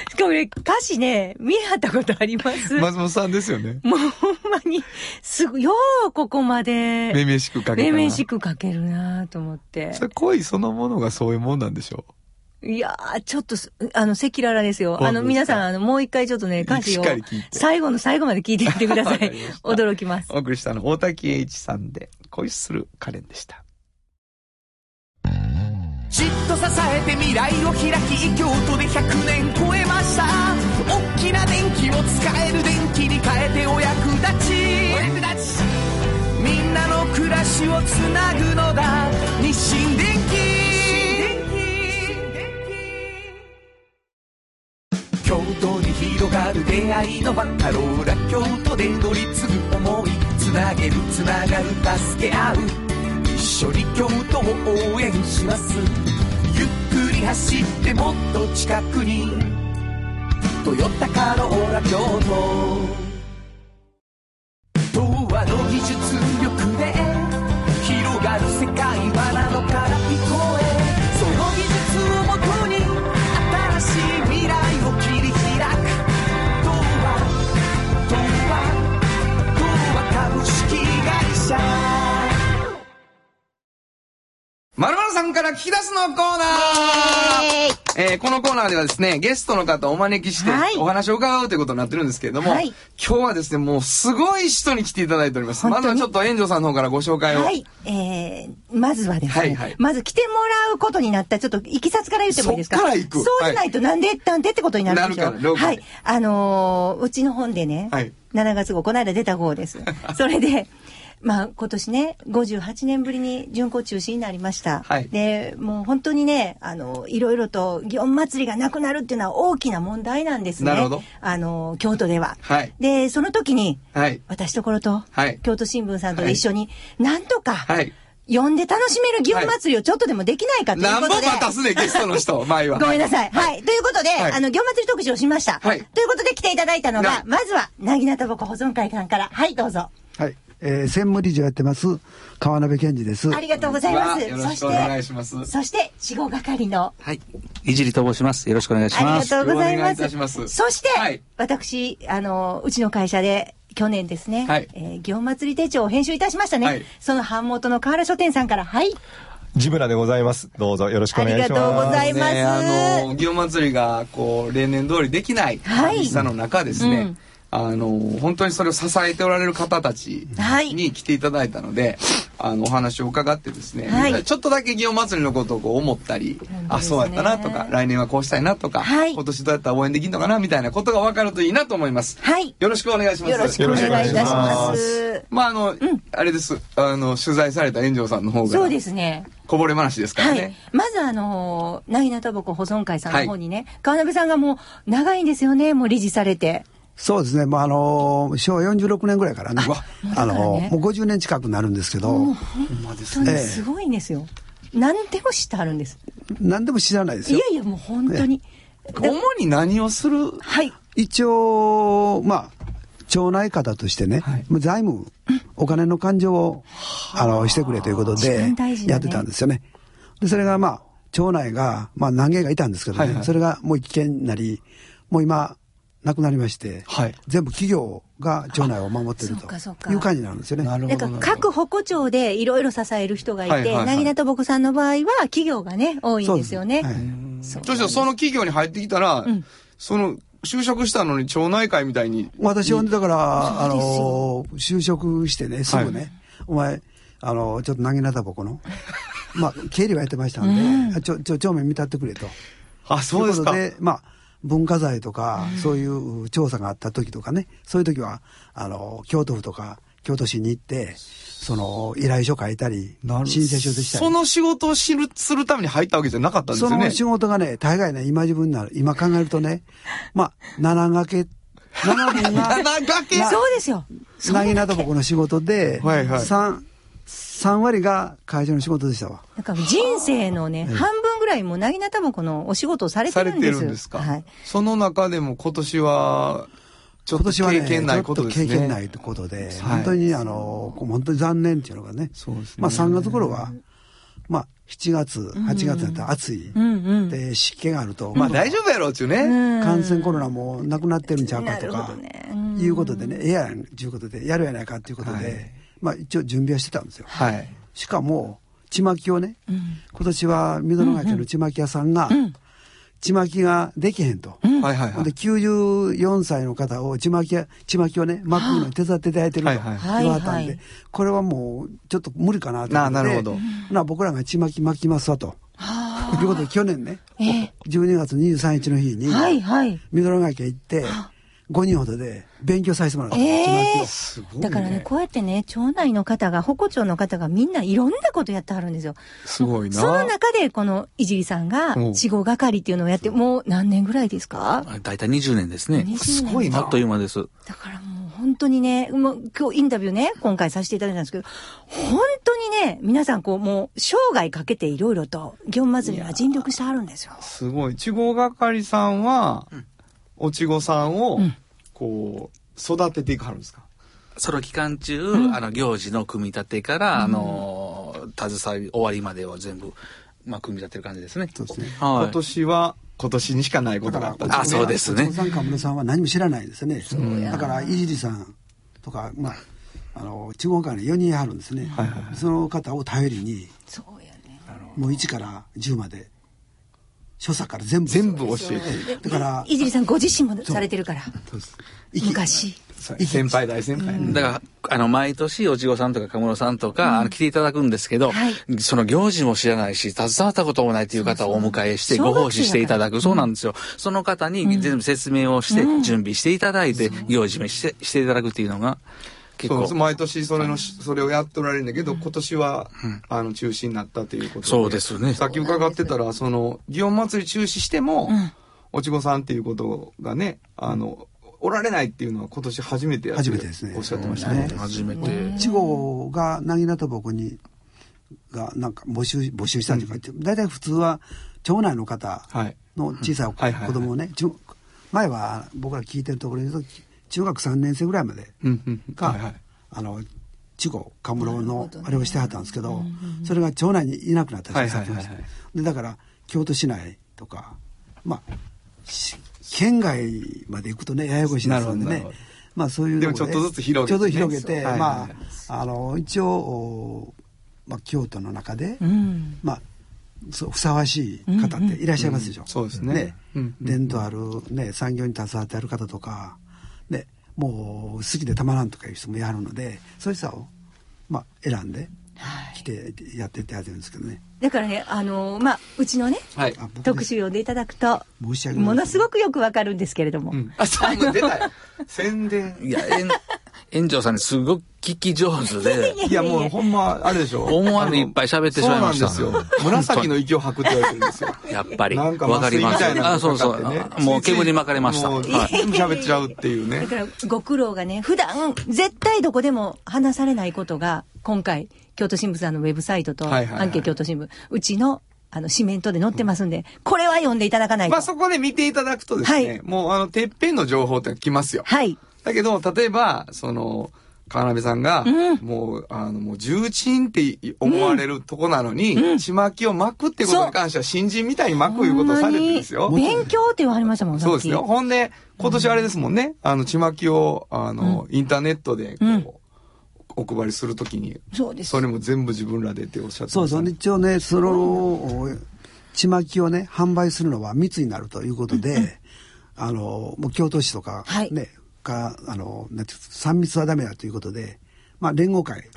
Speaker 5: しかもね、歌詞ね、見えはったことあります。
Speaker 2: 松本さんですよね
Speaker 5: もうほんまに、すごい、ようここまで、
Speaker 2: めめしくかけた
Speaker 5: め
Speaker 2: な
Speaker 5: めしくかけるなと思って。
Speaker 2: それ恋そのものがそういうもんなんでしょ
Speaker 5: いやー、ちょっとす、あの、赤裸々ですよ。
Speaker 2: 本
Speaker 5: あ
Speaker 2: 当ですか
Speaker 5: の、皆さん、あの、もう一回ちょっとね、歌詞
Speaker 2: しっ
Speaker 5: を
Speaker 2: かり聞いて、
Speaker 5: 最後の最後まで聞いてみてくださ
Speaker 2: わか
Speaker 5: い
Speaker 2: りまし。た
Speaker 5: 驚きます。
Speaker 2: お送りしたのは大滝栄一さんで恋するカレンでした
Speaker 6: じっと支えて未来を開き京都で100年超えました大きな電気を使える電気に変えてお役立ちお役立ちみんなの暮らしをつなぐのだ日清電気京都に広がる出会いのバカローラ京都で乗り継ぐ思いつなげるつながる助け合う一緒に京都を応援しますゆっくり走ってもっと近くに「トヨタカローラ京都」童話の技術力で広がる世界はなのから聞こえその技術をもとに新しい未来を切り開く童話童話童話株式会社
Speaker 2: まるまるさんから聞き出すのコーナー
Speaker 3: えー
Speaker 2: えーこのコーナーではですね、ゲストの方をお招きして
Speaker 3: はい
Speaker 2: お話を伺うということになってるんですけれども、
Speaker 3: はい
Speaker 2: 今日はですね、もうすごい人に来ていただいております。
Speaker 3: 本当
Speaker 2: ま
Speaker 3: に
Speaker 2: ずはちょっと炎上さんの方からご紹介を。
Speaker 3: はい。えー、まずはですね、
Speaker 2: はいはい
Speaker 3: まず来てもらうことになった、ちょっといきさつから言ってもいいですか
Speaker 2: そっから行く
Speaker 3: そうしないとなんで、なんでってことになるでしょ
Speaker 2: なるから了解
Speaker 3: はい。あのーうちの本でね、
Speaker 2: はい
Speaker 3: 7月号、この間出た
Speaker 2: <laughs>
Speaker 3: 号です。それで、まあ今年ね、58年ぶりに巡航中止になりました。
Speaker 2: はい
Speaker 3: で、もう本当にね、あの、いろいろと祇園祭りがなくなるっていうのは大きな問題なんですね。
Speaker 2: なるほど
Speaker 3: あの、京都では。
Speaker 2: はい
Speaker 3: で、その時に、
Speaker 2: はい
Speaker 3: 私ところと、
Speaker 2: はい
Speaker 3: 京都新聞さんと一緒に、なんとか、
Speaker 2: はい
Speaker 3: 呼んで楽しめる祇園祭りをちょっとでもできないかという
Speaker 2: 何
Speaker 3: こ
Speaker 2: 本
Speaker 3: とで。
Speaker 2: 待たすね、ゲストの
Speaker 3: <laughs>
Speaker 2: 人、前は。
Speaker 3: ごめんなさい。はい。ということで、
Speaker 2: はい
Speaker 3: あの、祇園祭り特集をしました。
Speaker 2: はい
Speaker 3: ということで来ていただいたの
Speaker 2: は
Speaker 3: が
Speaker 2: い、
Speaker 3: まずは、なぎなたぼこ保存会さんから。はい、どうぞ。
Speaker 7: はい。えー、専務理事をやってます、川鍋健二です。
Speaker 3: ありがとうござい
Speaker 2: こ
Speaker 3: ます。
Speaker 2: んにちはよろしくお願いします
Speaker 3: そして、そして、死後係の、
Speaker 8: はい。いじりと申します。よろしくお願いし
Speaker 3: あ
Speaker 8: ま
Speaker 3: り
Speaker 8: す。
Speaker 3: がとうござい
Speaker 2: よろしくお願いい
Speaker 3: ます。
Speaker 2: たします
Speaker 3: そして、
Speaker 2: はい
Speaker 3: 私、あの、うちの会社で、去年ですね、
Speaker 2: はい
Speaker 3: えー、祇園祭り手帳を編集いたしましたね。
Speaker 2: はい
Speaker 3: その版元の河原書店さんから、はい。
Speaker 9: ジブラでございます。どうぞよろしくお願いします。
Speaker 3: ありがとうございます
Speaker 2: ね、あの、祇園祭りが、こう、例年通りできない
Speaker 3: はい
Speaker 2: 寂しさの中ですね、あの、本当にそれを支えておられる方たち
Speaker 3: はい
Speaker 2: に来ていただいたので、あの、お話を伺ってですね、
Speaker 3: はい
Speaker 2: ちょっとだけ祇園祭りのことをこう思ったり、
Speaker 3: ね
Speaker 2: あ、そうやったなとか、来年はこうしたいなとか、
Speaker 3: はい
Speaker 2: 今年どうやったら応援できるのかなみたいなことが分かるといいなと思います。
Speaker 3: はい。
Speaker 2: よろしくお願いします。
Speaker 3: よろしくお願いいたします。
Speaker 2: まああの、あれです。あの、取材された炎上さんの方が、
Speaker 3: そうですね。
Speaker 2: こぼれ話ですから
Speaker 3: は
Speaker 2: ね。
Speaker 3: い。まずあのー、なぎなたぼこ保存会さんの方にね、川辺さんがもう長いんですよね、もう理事されて。
Speaker 7: そうですね。もうあのー昭和46年ぐらいからね。あのー
Speaker 3: ね
Speaker 7: もう50年近くなるんですけど、
Speaker 3: 本当にすごいんですよ。何でも知ってはるんです。
Speaker 7: 何でも知らないです
Speaker 3: い
Speaker 7: よ
Speaker 3: や。いや、もう本当に。
Speaker 2: 主に何をする
Speaker 3: はい。
Speaker 7: 一応、まあ、町内方としてね、
Speaker 2: はい
Speaker 7: もう財務、お金の勘定を、あの、してくれということ
Speaker 3: 一
Speaker 7: で
Speaker 3: 番大事、だ
Speaker 7: や
Speaker 3: ね
Speaker 7: ってたんですよね。で、それがまあ、町内が、まあ、何軒がいたんですけどね、
Speaker 2: はいはい
Speaker 7: それがもう一軒なり、もう今、なくなりまして、
Speaker 9: はい
Speaker 7: 全部企業が町内を守ってる
Speaker 3: あそうかそう
Speaker 7: と
Speaker 3: か
Speaker 7: いう感じなんですよね。
Speaker 9: なる
Speaker 3: な
Speaker 9: ほ
Speaker 3: んか
Speaker 9: ど。
Speaker 3: 各保護庁でいろいろ支える人がいて、
Speaker 2: はいはいはい
Speaker 3: なぎなとぼこさんの場合は企業がね、多いんですよね。
Speaker 7: そうですはい
Speaker 3: そう
Speaker 2: そしたらその企業に入ってきたら、その、就職したのに町内会みたいに。
Speaker 7: 私はねだから、あ
Speaker 3: そうです
Speaker 7: の、就職してね、すぐね、お前、あの、ちょっとなぎなたぼこ
Speaker 2: <laughs>
Speaker 7: の、まあ、経理はやってましたんで、ちょ、ちょ、帳面見たってくれと。
Speaker 2: あ、そうですか。
Speaker 7: ということで、まあ、文化財とか、そういう調査があった時とかね、そういう時は、あの、京都府とか、京都市に行って、その、依頼書書いたり、申請書でしたり。
Speaker 2: その仕事を知る、するために入ったわけじゃなかったんです
Speaker 7: そ
Speaker 2: よね
Speaker 7: の。仕事がね、大概ね、今自分なる、今考えるとね、まあ、七掛け、七分
Speaker 2: <laughs>
Speaker 7: が、
Speaker 2: 七掛け
Speaker 7: な
Speaker 3: そうですよ。
Speaker 7: なぎなとぼこの仕事で、
Speaker 2: はいはい
Speaker 7: 三三割が会社の仕事でしたわ。
Speaker 3: なんか人生のね、半分ぐらいもうなぎなたぼこのお仕事をされて
Speaker 2: され
Speaker 3: るん
Speaker 2: て
Speaker 3: です。
Speaker 2: るんですか。
Speaker 3: はい。
Speaker 2: その中でも今年は、ちょっ
Speaker 7: 今
Speaker 2: と
Speaker 7: 年はね、
Speaker 2: 経験ないことですね。
Speaker 7: ちょっと経験ないことで、
Speaker 2: い
Speaker 7: 本当にあの、こう本当に残念っていうのがね、
Speaker 2: そうですね
Speaker 7: まあ3月頃は、まあ7月、8月だったら暑い、
Speaker 3: うんうん。
Speaker 7: で湿気があると、
Speaker 2: まあ大丈夫やろうっちゅうね。
Speaker 7: 感染コロナもなくなってるんちゃうか
Speaker 3: な
Speaker 7: と
Speaker 3: るほ
Speaker 7: か
Speaker 3: ど、ね。
Speaker 7: いうことでね、ええやんということで、やるやないかということで、
Speaker 2: はい
Speaker 7: まあ一応準備はしてたんですよ。
Speaker 2: はい。
Speaker 7: しかも、ちまきをね、今年は溝の垣のちまき屋さんが、ちまきができへん
Speaker 2: は
Speaker 7: と。
Speaker 2: いはい
Speaker 7: ほ
Speaker 2: は
Speaker 7: んで、
Speaker 2: い。
Speaker 7: 94歳の方を、ちまきや、ちまきをね、巻くのに手伝っていただいてると
Speaker 2: は
Speaker 7: 言
Speaker 2: いはい
Speaker 7: われたんで、
Speaker 3: はいはい
Speaker 7: これはもう、ちょっと無理かなと思って。
Speaker 2: ななるほど。
Speaker 7: な、僕らがちまき巻きますわと。ということで、去年ね、
Speaker 3: え
Speaker 7: 12月23日の日に、
Speaker 3: えはいはい。
Speaker 7: 緑ヶ池行って、5人ほどで勉強させてもらった。
Speaker 3: ええ
Speaker 7: ちまきを
Speaker 2: すごい、ね。
Speaker 3: だからね、こうやってね、町内の方が、保護庁の方がみんないろんなことやってはるんですよ。
Speaker 2: すごいな。
Speaker 3: その中で、この、いじりさんが
Speaker 2: う、ん
Speaker 3: 死後係っていうのをやって、もう何年ぐらいですか
Speaker 10: あ大体20年ですね。
Speaker 3: す
Speaker 2: ごいな
Speaker 10: あっという間です。
Speaker 3: だからもう本当にね、もう今日インタビューね、今回させていただいたんですけど、本当にね、皆さんこうもう生涯かけていろいろと、祇園祭りは尽力してはるんですよ。
Speaker 2: すごい。ちご係さんは、おちごさんを、こう、育てていくはるんですか
Speaker 10: その期間中、あの、行事の組み立てから、あの、携わり終わりまでを全部、まあ、組み立てる感じですね。
Speaker 7: そうですね。
Speaker 2: 今
Speaker 10: はい。
Speaker 2: 年は、今年にしかないことがあったん
Speaker 10: あそうですね
Speaker 7: お父さんか室さんは何も知らないですね。だから、いじりさんとか、まあ、あの、地方から4人あるんですね。その方を頼りに、
Speaker 3: そうやね。
Speaker 7: もう1から10まで、所作から全部。
Speaker 2: 全部教えて
Speaker 7: えだから、
Speaker 3: いじりさんご自身もされてるから、
Speaker 7: いき
Speaker 3: 昔。
Speaker 2: そう先輩大先輩。
Speaker 10: だから、あの、毎年、おちごさんとか、かむろさんとか、あの、来ていただくんですけど、
Speaker 3: はい
Speaker 10: その行事も知らないし、携わったこともないという方をお迎えして、
Speaker 3: そうそう
Speaker 10: ご奉仕していただく。そうなんですよ。その方に全部説明をして、準備していただいて、行事めして、していただくっていうのが、結
Speaker 2: そう
Speaker 10: 構
Speaker 2: です。毎年それのし、それをやっておられるんだけど、今年は、あの、中止になったということで。
Speaker 10: そうですね
Speaker 2: さっき伺ってたら、その、祇園祭り中止しても、おちごさんっていうことがね、あの、おられないっていうのは今年初めてやって
Speaker 7: 初めてですね
Speaker 2: おっしゃってました
Speaker 7: ね
Speaker 2: ね。
Speaker 10: 初めて。
Speaker 7: 地方が、なぎなとぼこに、が、なんか募集、募集したんとか、大体普通は、町内の方
Speaker 2: はい。
Speaker 7: の小さ
Speaker 2: はい
Speaker 7: い
Speaker 2: はいはい
Speaker 7: 子供をね、中前は僕ら聞いてるところに言うと、中学3年生ぐらいまで
Speaker 2: うんうんうん
Speaker 7: が、
Speaker 2: はいはい
Speaker 7: あの、地方、カムロのあれをしてはったんですけど、それが町内にいなくなったんですよ
Speaker 2: はいはいはいはい
Speaker 7: さっきのでだから、京都市内とか、まあ、し県外まで行くとね、ややこしいで
Speaker 2: な
Speaker 7: すので
Speaker 2: るほどなるほ
Speaker 7: ね
Speaker 2: ど。
Speaker 7: まあそういうの
Speaker 2: でもちょっとずつ広げてね
Speaker 7: ちょっと広げて、
Speaker 2: はい
Speaker 7: ま
Speaker 2: はいはい
Speaker 7: あ、あの、一応、おまあ、京都の中で、
Speaker 3: うん。
Speaker 7: まあ、そうふさわしい方っていらっしゃいますでしょ、
Speaker 2: んそうですねうんうん
Speaker 7: 伝統ある、ね、産業に携わってある方とか、ね、もう好きでたまらんとかいう人もやるのでそういう人を、まあ、選んで来てやってってやってるんですけどね、
Speaker 3: だからね、あのーまあ、うちのね、
Speaker 2: はい。
Speaker 7: あ僕
Speaker 3: 特
Speaker 7: です
Speaker 3: 集読んでいただくと、
Speaker 7: 申し訳ない
Speaker 3: ものすごくよくわかるんですけれども。
Speaker 2: うん。あ、そう、出たよ。宣
Speaker 10: <laughs>
Speaker 2: 伝。
Speaker 10: いや、
Speaker 2: <laughs>
Speaker 10: えん、園長さんにすごく聞き上手で、
Speaker 2: いや、もうほんま、あれでしょ。
Speaker 10: 思わぬいっぱい喋ってしまいましたね
Speaker 2: そうなんですよ。紫の息を吐くって言われてるんですよ。
Speaker 10: やっぱり。
Speaker 2: なんか
Speaker 10: わかります。
Speaker 2: 麻酔みたいな
Speaker 10: あ、そうそう。
Speaker 2: のがかかって
Speaker 10: あ
Speaker 2: ね
Speaker 10: もう煙に巻かれました。
Speaker 2: もう
Speaker 10: はい
Speaker 2: 全部喋っちゃうっていうね
Speaker 3: だ。から、ご苦労がね、普段、絶対どこでも話されないことが、今回、京都新聞さんのウェブサイトと、
Speaker 2: はいはいはい
Speaker 3: アンケ京都新聞、うちの、あの、紙面等で載ってますんで、これは読んでいただかないと。
Speaker 2: まあそこで見ていただくとですね、
Speaker 3: はい
Speaker 2: もうあの、てっぺんの情報って来ますよ。
Speaker 3: はい。
Speaker 2: だけど、例えば、その、川辺さんが、もう、あの、もう重鎮って思われるとこなのに、ちまきを巻くっていうことに関しては新人みたいに巻くいうことをされてるんですよ。
Speaker 3: 勉強って言われましたもん、さっき
Speaker 2: そうですよ。。ほんで、今年あれですもんね。あの、ちまきを、あの、インターネットで、こう、お配りするときに、
Speaker 3: そうです
Speaker 2: それも全部自分らでっておっしゃってました
Speaker 7: そう
Speaker 2: ね
Speaker 7: そう、一応ね、その、おちまきをね、販売するのは密になるということで、あの、もう京都市とか、
Speaker 3: はい
Speaker 7: ね、か、あの、なんていう3密はダメだということで、まあ、連合会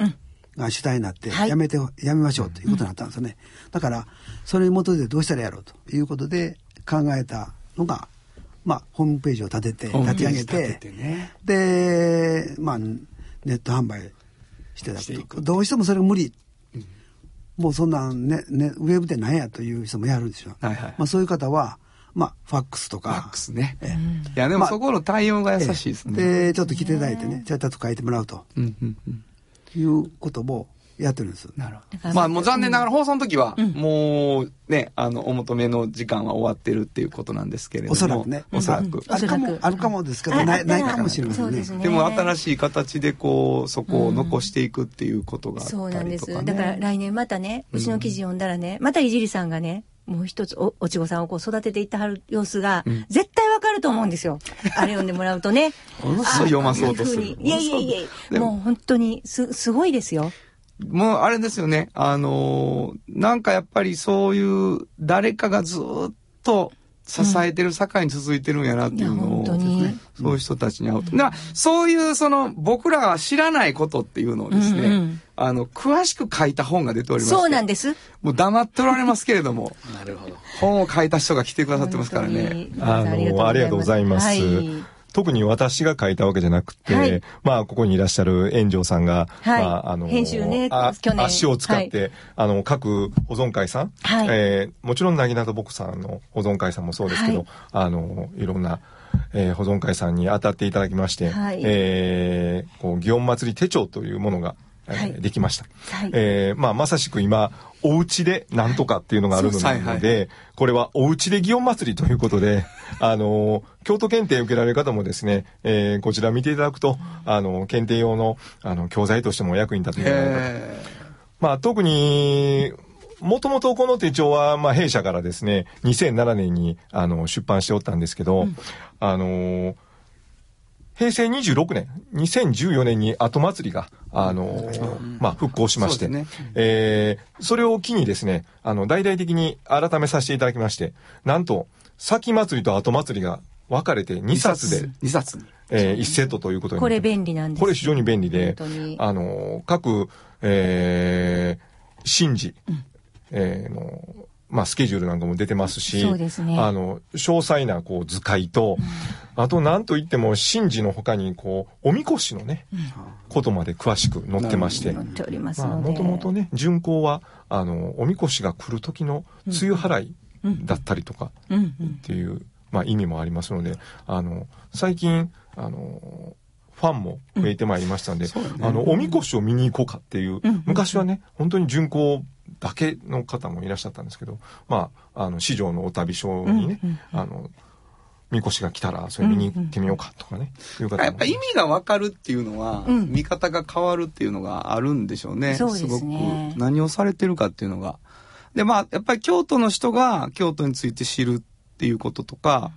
Speaker 7: が主体になって、
Speaker 3: はい
Speaker 7: やめて、やめましょうということになったんですよね。だから、それに基づいてどうしたらやろうということで考えたのが、まあ、ホームページを立てて、
Speaker 2: ホーム
Speaker 7: 立
Speaker 2: ペ
Speaker 7: ち
Speaker 2: ー
Speaker 7: 上
Speaker 2: ジ
Speaker 7: げて
Speaker 2: 立、ててね
Speaker 7: で、まあ、ネット販売してた
Speaker 2: してい
Speaker 7: け
Speaker 2: く
Speaker 7: ど、どうしてもそれ無理。もうそんなんね、ね、ウェブでなんやという人もやるでしょ。
Speaker 2: はいはい
Speaker 7: まあそういう方は、まあ、ファックスとか。
Speaker 2: ファックスね。
Speaker 7: ええ
Speaker 2: いや、でも
Speaker 7: まあ
Speaker 2: そこの対応が優しいですね。
Speaker 7: で、ちょっと来ていただいてね、ちゃっちゃと書いてもらうと
Speaker 2: うんうんうん。
Speaker 7: いうこともやってるんです。
Speaker 2: なるほど。まあもう残念ながら放送の時は、もうね、あの、お求めの時間は終わってるっていうことなんですけれども。
Speaker 7: おそらくね。
Speaker 2: おそらく。
Speaker 7: あるかも、あるかもですけど、ない、ないかもしれません
Speaker 3: そうで
Speaker 7: ね
Speaker 3: す。ね。
Speaker 2: でも新しい形でこう、そこを残していくっていうことがあったりと
Speaker 3: そ
Speaker 2: か、
Speaker 3: う
Speaker 2: ね。
Speaker 3: なんです。だから来年またね、うちの記事読んだらね、またいじりさんがね、もう一つお、おちごさんをこう育てていってはる様子が、絶対わかると思うんですよ。あれ読んでもらうとね。
Speaker 2: ものすごい読まそうとする
Speaker 3: ああいうふうにいやいやいやいや、
Speaker 2: でも
Speaker 3: もう本当に、す、すごいですよ。
Speaker 2: もうあれですよね。あのーなんかやっぱりそういう誰かがずーっと支えてる社会に続いてるんやなっていうのを、
Speaker 3: いや本当に
Speaker 2: そういう人たちに会うと。だからそういうその僕らが知らないことっていうのをですね、
Speaker 3: うんうん
Speaker 2: あの、詳しく書いた本が出ております。
Speaker 3: そうなん
Speaker 2: で
Speaker 3: です。
Speaker 2: もう黙っておられますけれども、
Speaker 10: なるほど。
Speaker 2: 本を書いた人が来てくださってますから
Speaker 3: 本当
Speaker 2: ね。
Speaker 3: に
Speaker 9: あの、ありがとうございます。
Speaker 3: はい
Speaker 9: 特に私が書いたわけじゃなくて、
Speaker 3: はい
Speaker 9: まあ、ここにいらっしゃる炎上さんが、
Speaker 3: はい
Speaker 9: まあ、あの、
Speaker 3: 編集ね
Speaker 9: あ
Speaker 3: 去年
Speaker 9: 足を使って、あの、各保存会さん、
Speaker 3: はい
Speaker 9: えーもちろん、なぎなとぼくさんの保存会さんもそうですけど、
Speaker 3: はい
Speaker 9: あの、いろんな、えー保存会さんに当たっていただきまして、
Speaker 3: はい
Speaker 9: えーこう、祇園祭り手帳というものが、えー
Speaker 3: はい
Speaker 9: できました。
Speaker 3: はい
Speaker 9: えーまあ、まさしく今、お家でなんとかっていうのがあるので、
Speaker 2: はいそうそう
Speaker 9: で、これはおうちで祇園祭りということで、あの、京都検定受けられる方もですね、えーこちら見ていただくと、あの、検定用の、あの、教材としてもお役に立つんじゃないかと。
Speaker 2: え
Speaker 9: まあ、特に、もともとこの手帳は、まあ、弊社からですね、2007年に、あの、出版しておったんですけど、あの、平成26年、2014年に後祭りが、あの、まあ、復興しまして、
Speaker 2: そうです
Speaker 9: えーそれを機にですね、あの、大々的に改めさせていただきまして、なんと、先祭りと後祭りが分かれて2
Speaker 2: ー
Speaker 9: 冊で、。
Speaker 2: 2冊に。
Speaker 9: え1セットということにな
Speaker 3: こ
Speaker 9: って
Speaker 3: れ便利なんです。
Speaker 9: これ非常に便利で
Speaker 3: 本当に、
Speaker 9: あの、各、えー、神事、えーの、まあ、スケジュールなんかも出てますし、
Speaker 3: そうですね
Speaker 9: あの、詳細な、こう、図解と、あと、なんといっても、神事の他に、こう、おみこしのね、ことまで詳しく載ってまして、
Speaker 3: 載っております
Speaker 9: まあ、
Speaker 3: ので。
Speaker 9: もともとね、巡行は、あの、おみこしが来る時の梅雨払いだったりとか、
Speaker 3: うんう
Speaker 9: っ
Speaker 3: ん。
Speaker 9: ていう、まあ、意味もありますのであの最近あのファンも増えてまいりましたんで、あのおみこしを見に行こうかっていう、昔はね本当に巡行だけの方もいらっしゃったんですけど、まあ、あの市場のお旅所にね、あのみこしが来たらそれ見に行ってみようかとかね、いう方も
Speaker 2: やっぱ意味が分かるっていうのは、
Speaker 3: うん
Speaker 2: 見方が変わるっていうのがあるんでしょうね。
Speaker 3: そうですね
Speaker 2: ごく何をされてるかっていうのが。で、まあ、やっぱり京都の人が京都について知るっていうこととか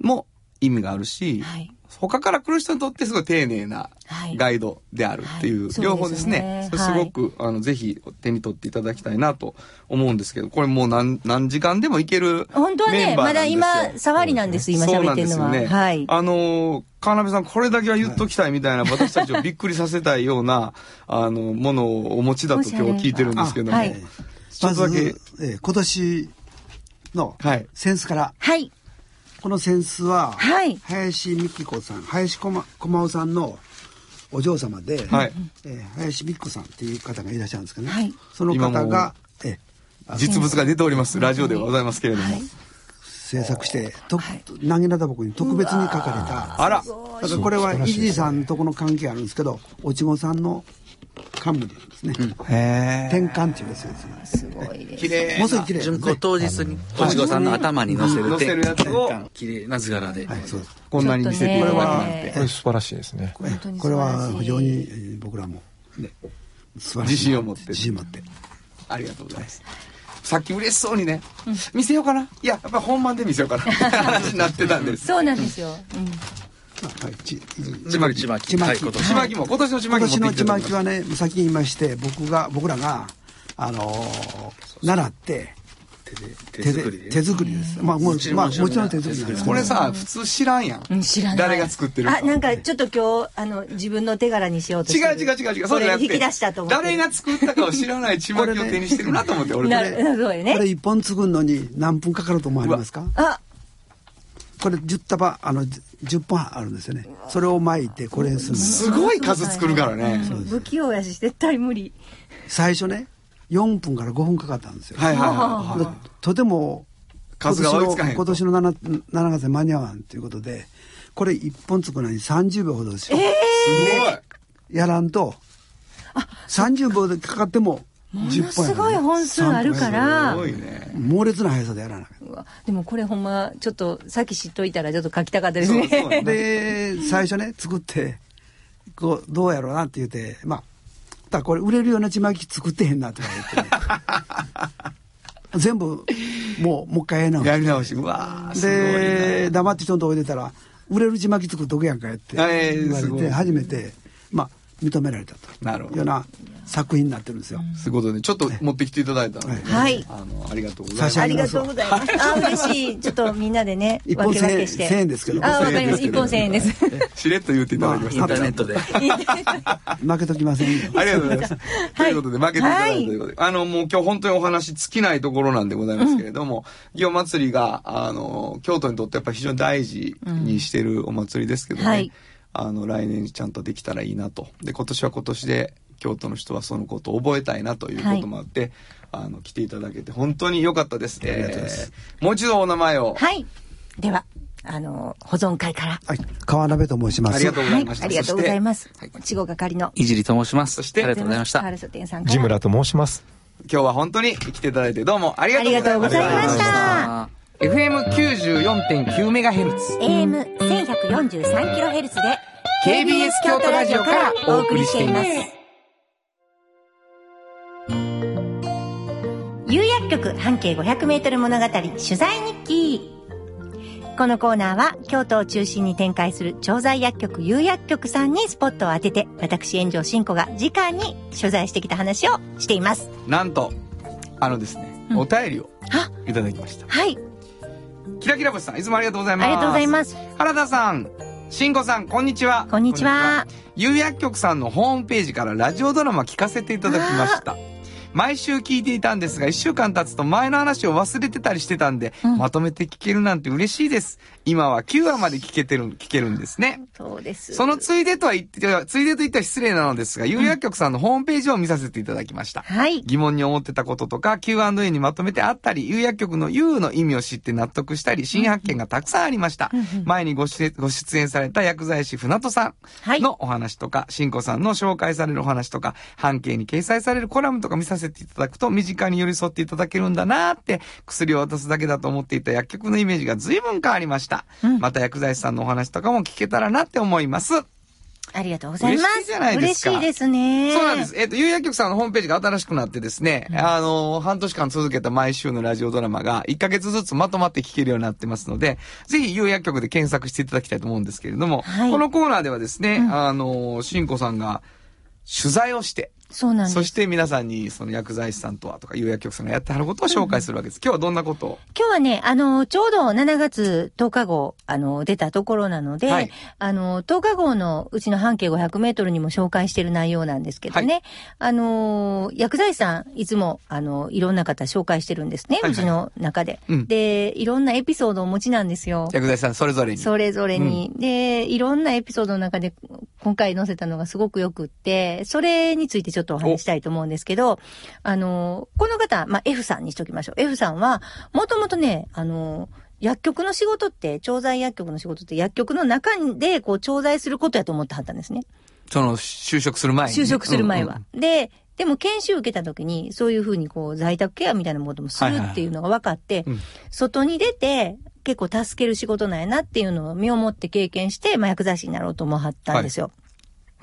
Speaker 2: も意味があるし、
Speaker 3: はい。
Speaker 2: 他から来る人にとってすごい丁寧な
Speaker 3: はい
Speaker 2: ガイドであるってい
Speaker 3: は
Speaker 2: う
Speaker 3: いそう
Speaker 2: 両方ですね。
Speaker 3: です
Speaker 2: そ
Speaker 3: ね
Speaker 2: れすごく、あの、ぜひ手に取っていただきたいなと思うんですけど、これもう何、何時間でもいけるメンバーなんで
Speaker 3: 本
Speaker 2: す
Speaker 3: 当
Speaker 2: よ。
Speaker 3: はね、まだ今、触りなんです、今
Speaker 2: そう
Speaker 3: 喋
Speaker 2: な
Speaker 3: っ
Speaker 2: んで
Speaker 3: てる
Speaker 2: す
Speaker 3: の
Speaker 2: よ
Speaker 3: は。
Speaker 2: ね。
Speaker 3: はい。
Speaker 2: あのー、川辺さん、これだけは言っときたいみたいな、私たちをびっくりさせたいような、あの、ものをお持ちだと今日聞いてるんですけども。
Speaker 3: はい
Speaker 2: ちょ
Speaker 7: ま
Speaker 2: っ
Speaker 7: ず
Speaker 2: とだけ、、
Speaker 7: えー今年の
Speaker 2: はい
Speaker 7: センスから、
Speaker 3: はい。
Speaker 7: このセンスは、
Speaker 3: はい
Speaker 7: 林美希子さん、林駒駒雄さんのお嬢様で、
Speaker 2: はい
Speaker 7: えー林美希子さんっていう方がいらっしゃるんですけどね、
Speaker 3: はい
Speaker 7: その
Speaker 2: 今
Speaker 7: 方
Speaker 2: もう
Speaker 7: が、えー
Speaker 2: 実物が出ております。ラジオではございますけれども。
Speaker 7: 制作して、と
Speaker 3: はい、
Speaker 7: なぎなたぼくに特別に書かれた、
Speaker 2: あら、
Speaker 7: だからこれはイジーさんとこの関係あるんですけど、おちごさんの冠ですね。
Speaker 2: へ
Speaker 7: 転換っていうやつですね。
Speaker 3: すごいです
Speaker 2: 綺麗
Speaker 7: も
Speaker 2: な
Speaker 7: うすぐ綺麗です
Speaker 10: 純
Speaker 7: ね
Speaker 10: 子。当日に、おちごさんの頭に乗せる
Speaker 2: 乗せるやつを
Speaker 10: 綺麗な図柄で。
Speaker 7: はい、そうです。
Speaker 2: こんなに見せていただくなん
Speaker 3: ちょっとね
Speaker 2: て
Speaker 9: これ素晴らしいですね。
Speaker 3: 本当に
Speaker 7: こ
Speaker 3: 素
Speaker 7: れ
Speaker 3: 晴らしい
Speaker 7: は非常にえー僕らも、ね、素晴らしい
Speaker 2: 自信を持って
Speaker 7: 自信を持って。
Speaker 2: ありがとうございますさっき嬉しそうにね、見せようかないややっぱり本番で見せようかなって話になってたんです
Speaker 3: そうなんですよ、うん
Speaker 7: あはい、ち
Speaker 10: ちまき。ちまき。
Speaker 7: ちまき
Speaker 10: はい、今年
Speaker 2: ち。まきも今年のちま
Speaker 7: 今
Speaker 2: きも
Speaker 7: 年のち
Speaker 2: 持
Speaker 7: ま
Speaker 2: ってきていただきま
Speaker 7: き
Speaker 2: した
Speaker 7: はね、先に言いまして、僕が、僕らが、あのー習って、
Speaker 10: 手で手作りで。
Speaker 7: 手作りです。まあ、もう、まあ、もちろん手作りなんです
Speaker 2: これさ普通知らんやん、
Speaker 3: うん知らない
Speaker 2: 誰が作ってるか
Speaker 3: あなんかちょっと今日あの自分の手柄にしようと
Speaker 2: 違
Speaker 3: して
Speaker 2: う違う違う違う
Speaker 3: そ
Speaker 2: じゃ
Speaker 3: れ
Speaker 2: なくて
Speaker 3: 引き出したと思って
Speaker 2: 誰が作ったかを知らないちまきを手にしてるなと思って俺
Speaker 3: な
Speaker 2: こ
Speaker 3: る
Speaker 2: れ
Speaker 3: そうよ
Speaker 7: これ
Speaker 3: ね
Speaker 7: 一本作るのに何分かかると思われますか
Speaker 3: あ
Speaker 7: これ10束、あの、じ10本あるんですよね。それを巻いて、これにするの
Speaker 2: すごい数作るからね
Speaker 3: うん不器用やし絶対無理
Speaker 7: 最初ね、4分から5分かかったんですよ。
Speaker 2: はいはいはい
Speaker 7: でとても、
Speaker 2: 数が追いつかへんと
Speaker 7: 今年の今年の 7, 7月に間に合わんということで、これ一本作るのに30秒ほどですよ。やらんと、30秒でかかっても
Speaker 3: も
Speaker 7: 10
Speaker 3: の
Speaker 7: 本や
Speaker 3: すごい
Speaker 7: からね
Speaker 3: 本数あるから
Speaker 2: すごいね
Speaker 7: 猛烈な速さでやらなきゃ
Speaker 3: うわでもこれほんまちょっとさっき知っといたらちょっと書きたかったですね
Speaker 2: そうそう
Speaker 7: で、最初ね、作って、こう、どうやろうなって言って、まあ、だからこれ売れるようなちまき作ってへんなとか言って。全部、もう、もう一回やり直
Speaker 2: や
Speaker 7: し
Speaker 2: り直しうわーすごい
Speaker 7: で、黙って人のとこ出たら、売れるちまき作っとけやんかやって、
Speaker 2: えー
Speaker 7: 言わ
Speaker 2: す
Speaker 7: れ
Speaker 2: ごい
Speaker 7: て、初めて、まあ、認められたと。
Speaker 2: なるほど
Speaker 7: いうような作品になってるんですよ。
Speaker 2: なすごいねちょっと持ってきていただいたので
Speaker 3: はい
Speaker 2: あのありがとうございま
Speaker 7: 差
Speaker 3: あ
Speaker 7: し上
Speaker 3: り
Speaker 7: げま
Speaker 3: が
Speaker 7: すわ
Speaker 3: とうございますあ嬉しいちょっとみんなでね
Speaker 7: 一
Speaker 3: 分
Speaker 7: 本
Speaker 3: け
Speaker 7: 千
Speaker 3: 分け
Speaker 7: 円、
Speaker 3: して
Speaker 7: 千円ですけど、
Speaker 3: あわかります一本千円です
Speaker 2: すしれっと言っていただきまし
Speaker 10: イン
Speaker 2: た
Speaker 10: ターネットで。
Speaker 7: 負けときませんよ。
Speaker 2: ありがとうございます。ということで、負けていただいたということで、あの、もう今日本当にお話尽きないところなんでございますけれども、祇園祭りが、あの、京都にとってやっぱり非常に大事にしてるお祭りですけどね、
Speaker 3: うんはい
Speaker 2: あの、来年ちゃんとできたらいいなと。で、今年は今年で、京都の人はそのことを覚えたいなということもあって、あの、来ていただけて本当に良かったです。ありがとうございます。もう一度お名前を。
Speaker 3: はいではあの保存会から
Speaker 7: はい、川鍋と申します。
Speaker 2: ありがとうございま
Speaker 3: は
Speaker 2: し
Speaker 3: い
Speaker 2: た。。
Speaker 3: ありがとうございますす稚語係の
Speaker 10: いじりと申します。
Speaker 2: そして
Speaker 10: ありがとうございました。
Speaker 3: ハルソ店さんから
Speaker 9: ジムラと申します。
Speaker 2: 今日は本当に来ていただいてどうもありが
Speaker 3: ありがと
Speaker 2: と
Speaker 3: う
Speaker 2: うご
Speaker 3: ご
Speaker 2: ざ
Speaker 3: ざ
Speaker 2: い
Speaker 3: い
Speaker 2: ました。
Speaker 3: ました。
Speaker 2: FM94.9 メガヘルツ。
Speaker 3: AM1143kHz で
Speaker 2: KBS 京都ラジオからお送りしています
Speaker 1: 有薬局半径500メートル物語取材日記。このコーナーは京都を中心に展開する調剤薬局有薬局さんにスポットを当てて私炎上真子が直に取材してきた話をしています。
Speaker 2: なんとあのですね、お便りをいただきました
Speaker 1: はい。
Speaker 2: キラキラ星さんいつもありがとうございます
Speaker 1: ありがとうございます。
Speaker 2: 原田さん慎吾さんこんにちは
Speaker 1: こんにちは
Speaker 2: 有薬局さんのホームページからラジオドラマ聞かせていただきました毎週聞いていたんですが1週間経つと前の話を忘れてたりしてたんで、まとめて聞けるなんて嬉しいです今は9話まで聞けてる聞けるんですね
Speaker 3: そうです
Speaker 2: そのついでとは言ってついでと言ったら失礼なのですが有薬局さんのホームページを見させていただきました
Speaker 3: はい
Speaker 2: 疑問に思ってたこととか Q&A にまとめてあったり、有薬局の U の意味を知って納得したり、新発見がたくさんありました。前にご出ご出演された薬剤師船戸さ
Speaker 1: はい
Speaker 2: んのお話とか、新子さんの紹介されるお話とか、半径に掲載されるコラムとか見させていただくと、身近に寄り添っていただけるんだなーって、薬を渡すだけだと思っていた薬局のイメージが随分変わりました。また薬剤師さんのお話とかも聞けたらなって思います。
Speaker 1: ありがとうございます。
Speaker 2: 嬉しいじゃないですか
Speaker 1: 嬉しいですね。
Speaker 2: そうなんです。えっ、と、有薬局さんのホームページが新しくなってですね、あの、半年間続けた毎週のラジオドラマが、1ヶ月ずつまとまって聞けるようになってますので、ぜひ有薬局で検索していただきたいと思うんですけれども、
Speaker 1: はい
Speaker 2: このコーナーではですね、あの、しんこさんが取材をして、
Speaker 1: そうなんです。
Speaker 2: そして皆さんに、その薬剤師さんとはとか、有薬局さんがやってはることを紹介するわけです。今日はどんなことを
Speaker 1: 今日はね、あの、ちょうど7月10日号、あの、出たところなので、
Speaker 2: はい
Speaker 1: あの、10日号のうちの半径500メートルにも紹介している内容なんですけどね、あの、薬剤師さん、いつも、あの、いろんな方紹介してるんですね、
Speaker 2: はいはいう
Speaker 1: ちの中で、
Speaker 2: うん
Speaker 1: で、いろんなエピソードをお持ちなんですよ。
Speaker 2: 薬剤師さんそれぞれに。
Speaker 1: それぞれに、で、いろんなエピソードの中で、今回載せたのがすごくよくって、それについてちょっとお話したいと思うんですけど、あの、この方、まあ、F さんにしときましょう。F さんは、もともとね、あの、薬局の仕事って、調剤薬局の仕事って、薬局の中で、こう、調剤することやと思ってはったんですね。
Speaker 2: その、就職する前にね、
Speaker 11: 就職する前
Speaker 2: うん
Speaker 11: は
Speaker 2: うん。
Speaker 3: で、でも研修受けた時に、そういうふうにこう、在宅ケアみたいなこともするっていうのが分かって
Speaker 2: はいはいはいうん、
Speaker 3: 外に出て、結構助ける仕事なんやなっていうのを身をもって経験して、まあ、薬剤師になろうと思はったんですよ。
Speaker 2: は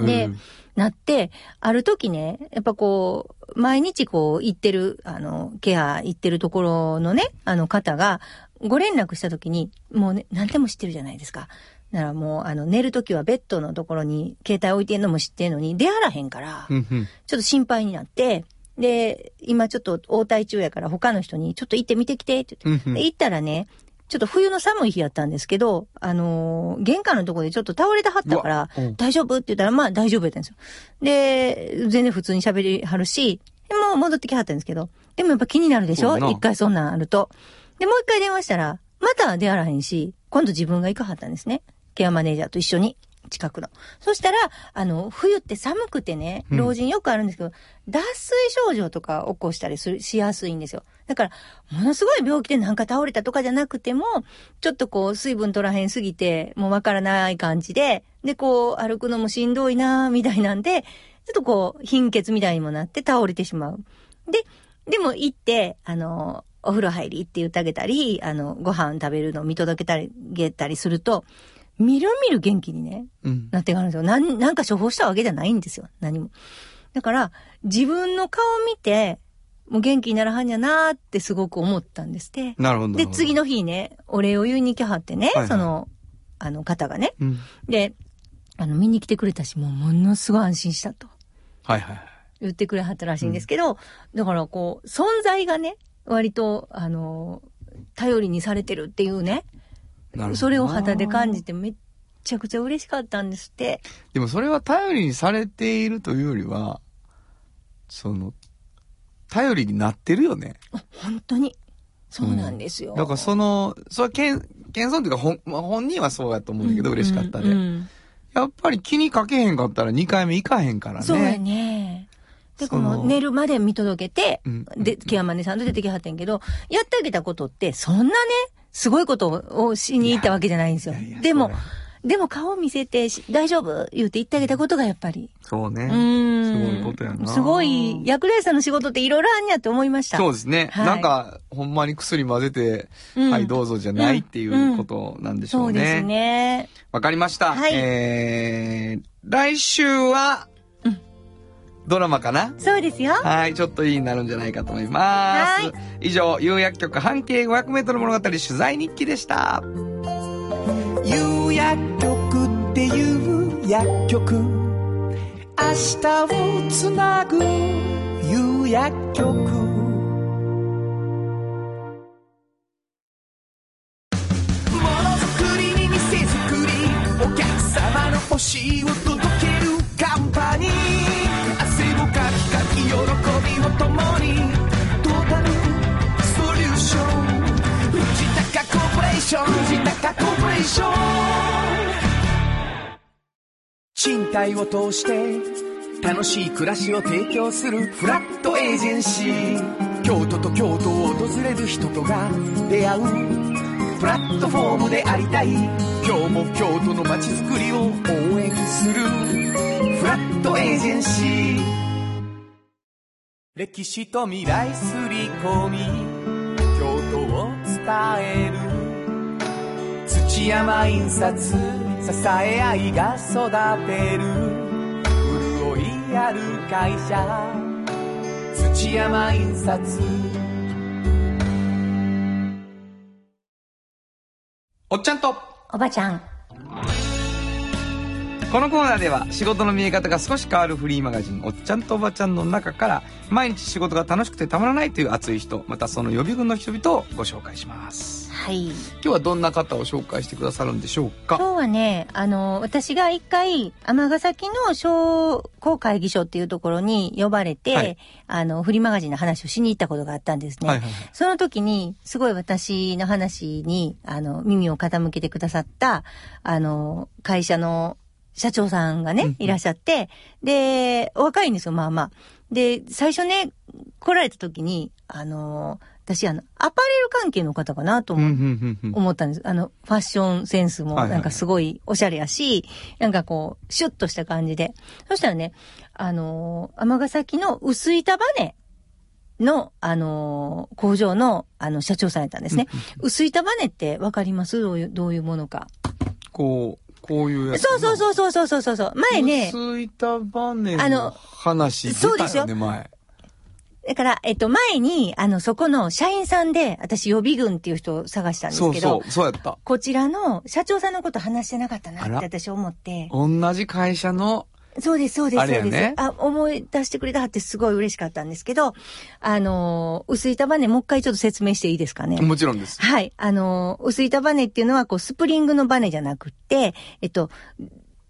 Speaker 2: い
Speaker 3: で
Speaker 2: うん、
Speaker 3: なって、ある時ね、やっぱこう、毎日こう、行ってる、あの、ケア行ってるところのね、あの方が、ご連絡した時に、もうね、何でも知ってるじゃないですか。ならもう、あの、寝る時はベッドのところに携帯置いてんのも知ってんのに、出はらへんから、
Speaker 2: うんうん
Speaker 3: ちょっと心配になって、で、今ちょっと応対中やから他の人にちょっと行ってみてきてって言って、
Speaker 2: うんうん
Speaker 3: で行ったらね、ちょっと冬の寒い日やったんですけど、あのー玄関のとこでちょっと倒れてはったから、
Speaker 2: うわうん
Speaker 3: 大丈夫って言ったら、まあ大丈夫やったんですよ。で、全然普通に喋りはるし、でもう戻ってきはったんですけど、でもやっぱ気になるでし
Speaker 2: そう
Speaker 3: ょ
Speaker 2: やな
Speaker 3: 一回そんなんあると。で、もう一回電話したら、また出会わらへんし、今度自分が行かはったんですね。ケアマネージャーと一緒に、近くの。そしたら、あの、冬って寒くてね、
Speaker 2: うん
Speaker 3: 老人よくあるんですけど、脱水症状とか起こしたりする、しやすいんですよ。だから、ものすごい病気でなんか倒れたとかじゃなくても、ちょっとこう、水分取らへんすぎて、もうわからない感じで、で、こう、歩くのもしんどいなみたいなんで、ちょっとこう、貧血みたいにもなって倒れてしまう。で、でも行って、あの、お風呂入りって言ってあげたり、あの、ご飯食べるのを見届けたり、げたりすると、みるみる元気にね、
Speaker 2: うん。
Speaker 3: なってくるんですよ。なん、なんか処方したわけじゃないんですよ。何も。だから、自分の顔を見て、もう元気にならはんやなーってすごく思ったんですって。
Speaker 2: なるほど。
Speaker 3: で、次
Speaker 2: の。
Speaker 3: の日ね、お礼を言いに来はってね、
Speaker 2: はいはい
Speaker 3: その、あの方がね。
Speaker 2: うん。
Speaker 3: で、あの、見に来てくれたし、もうものすごい安心したと。
Speaker 2: はいはいはい。
Speaker 3: 言ってくれはったらしいんですけど、だからこう、存在がね、割と、あの、頼りにされてるっていうね、
Speaker 2: なるほど。
Speaker 3: それを肌で感じてめっちゃくちゃ嬉しかったんですって。
Speaker 2: でもそれは頼りにされているというよりは、その、頼りになってるよね。
Speaker 3: 本当に。そうなんですよ。
Speaker 2: だからその、それは謙謙遜というか、ほんまあ、本人はそうやと思うんだけど、嬉しかったで、
Speaker 3: うんうん
Speaker 2: やっぱり気にかけへんかったら2回目行かへんからね。
Speaker 3: そうやね。で、
Speaker 2: そ
Speaker 3: こ
Speaker 2: の
Speaker 3: の寝るまで見届けて
Speaker 2: うん、
Speaker 3: で、ケアマネさんと出てきはったんやけど、やってあげたことって、そんなね、すごいことをしに行ったわけじゃないんですよ
Speaker 2: いやいや。
Speaker 3: で
Speaker 2: そ
Speaker 3: も
Speaker 2: うや、
Speaker 3: でも顔見せてし、大丈夫言って言ってあげたことがやっぱり。
Speaker 2: そうね。
Speaker 3: うん。
Speaker 2: すごいことやな
Speaker 3: すごい、薬剤師さんの仕事っていろいろあんやって思いました。
Speaker 2: そうですね、
Speaker 3: はい
Speaker 2: なんか、ほんまに薬混ぜて、
Speaker 3: うん
Speaker 2: はい、どうぞじゃないっていうことなんでしょ
Speaker 3: そうう
Speaker 2: ね。
Speaker 3: ですね。
Speaker 2: わかりました。
Speaker 3: はい
Speaker 2: えー、来週は、ドラマかな
Speaker 3: そうですよ。
Speaker 2: はい、ちょっといいになるんじゃないかと思います。
Speaker 3: は
Speaker 2: 以上、有薬局半径500メートル物語取材日記でした。
Speaker 6: 有薬局っていう薬局明日をつなぐ有薬局ものづくりに店づくりお客様の欲しいを届けるカンパニー汗をかきかき喜びを共にトータルソリューション藤高コーポレーション藤高コーポレーション賃貸を通して楽しい暮らしを提供するフラットエージェンシー京都と京都を訪れる人とが出会うプラットフォームでありたい今日も京都の街づくりを応援するフラットエージェンシー歴史と未来すり込み京都を伝える土山印刷支え合いが育てる潤いある会社土山印刷
Speaker 2: おっちゃんと、
Speaker 3: おばちゃん。
Speaker 2: このコーナーでは仕事の見え方が少し変わるフリーマガジン「おっちゃんとおばちゃん」の中から毎日仕事が楽しくてたまらないという熱い人またその予備軍の人々をご紹介します
Speaker 3: はい。
Speaker 2: 今日はどんな方を紹介してくださるんでしょうか
Speaker 3: 今日はね、あの、私が一回、尼崎の商工会議所っていうところに呼ばれて、
Speaker 2: はい
Speaker 3: あの、フリーマガジンの話をしに行ったことがあったんですね。
Speaker 2: はいはいはい
Speaker 3: その時に、すごい私の話に、あの、耳を傾けてくださった、あの、会社の社長さんが
Speaker 2: うんう
Speaker 3: ね
Speaker 2: ん、
Speaker 3: いらっしゃって、で、お若いんですよ、まあまあ。で、最初ね、来られた時に、あの、私、あの、アパレル関係の方かなと
Speaker 2: うんうんうんう
Speaker 3: 思っ
Speaker 2: ん
Speaker 3: 思ったんです。あの、ファッションセンスも
Speaker 2: はいはい
Speaker 3: なんかすごいおしゃれやし、なんかこう、シュッとした感じで。そしたらね、あのー、尼崎の薄板バネの、あのー、工場の、あの、社長さんやったんですね。薄板バネってわかりますどういう、どういうものか。
Speaker 2: こう、こういうやつ。
Speaker 3: そうそう
Speaker 2: う。
Speaker 3: そうそうそうそうそうそう。前ね、
Speaker 2: 薄板バネ
Speaker 3: あ
Speaker 2: の
Speaker 3: の
Speaker 2: 話出
Speaker 3: そうで
Speaker 2: た
Speaker 3: す
Speaker 2: よ
Speaker 3: よ
Speaker 2: ね、前。
Speaker 3: だから、えっと、前に、あの、そこの社員さんで、私予備軍っていう人を探したんですけ
Speaker 2: そ
Speaker 3: ど、
Speaker 2: うそう、そうやった。
Speaker 3: こちらの社長さんのこと話してなかったな
Speaker 2: あ
Speaker 3: っ
Speaker 2: ら
Speaker 3: て私思って。
Speaker 2: 同じ会社の、
Speaker 3: そうです、そうです、
Speaker 2: あ
Speaker 3: そう
Speaker 2: れ
Speaker 3: で
Speaker 2: や
Speaker 3: す、
Speaker 2: ね
Speaker 3: あ、思い出してくれたってすごい嬉しかったんですけど、あのー、薄板バネ、もう一回ちょっと説明していいですかね。
Speaker 2: もちろんです。
Speaker 3: はい。あのー、薄板バネっていうのは、こう、スプリングのバネじゃなくって、えっと、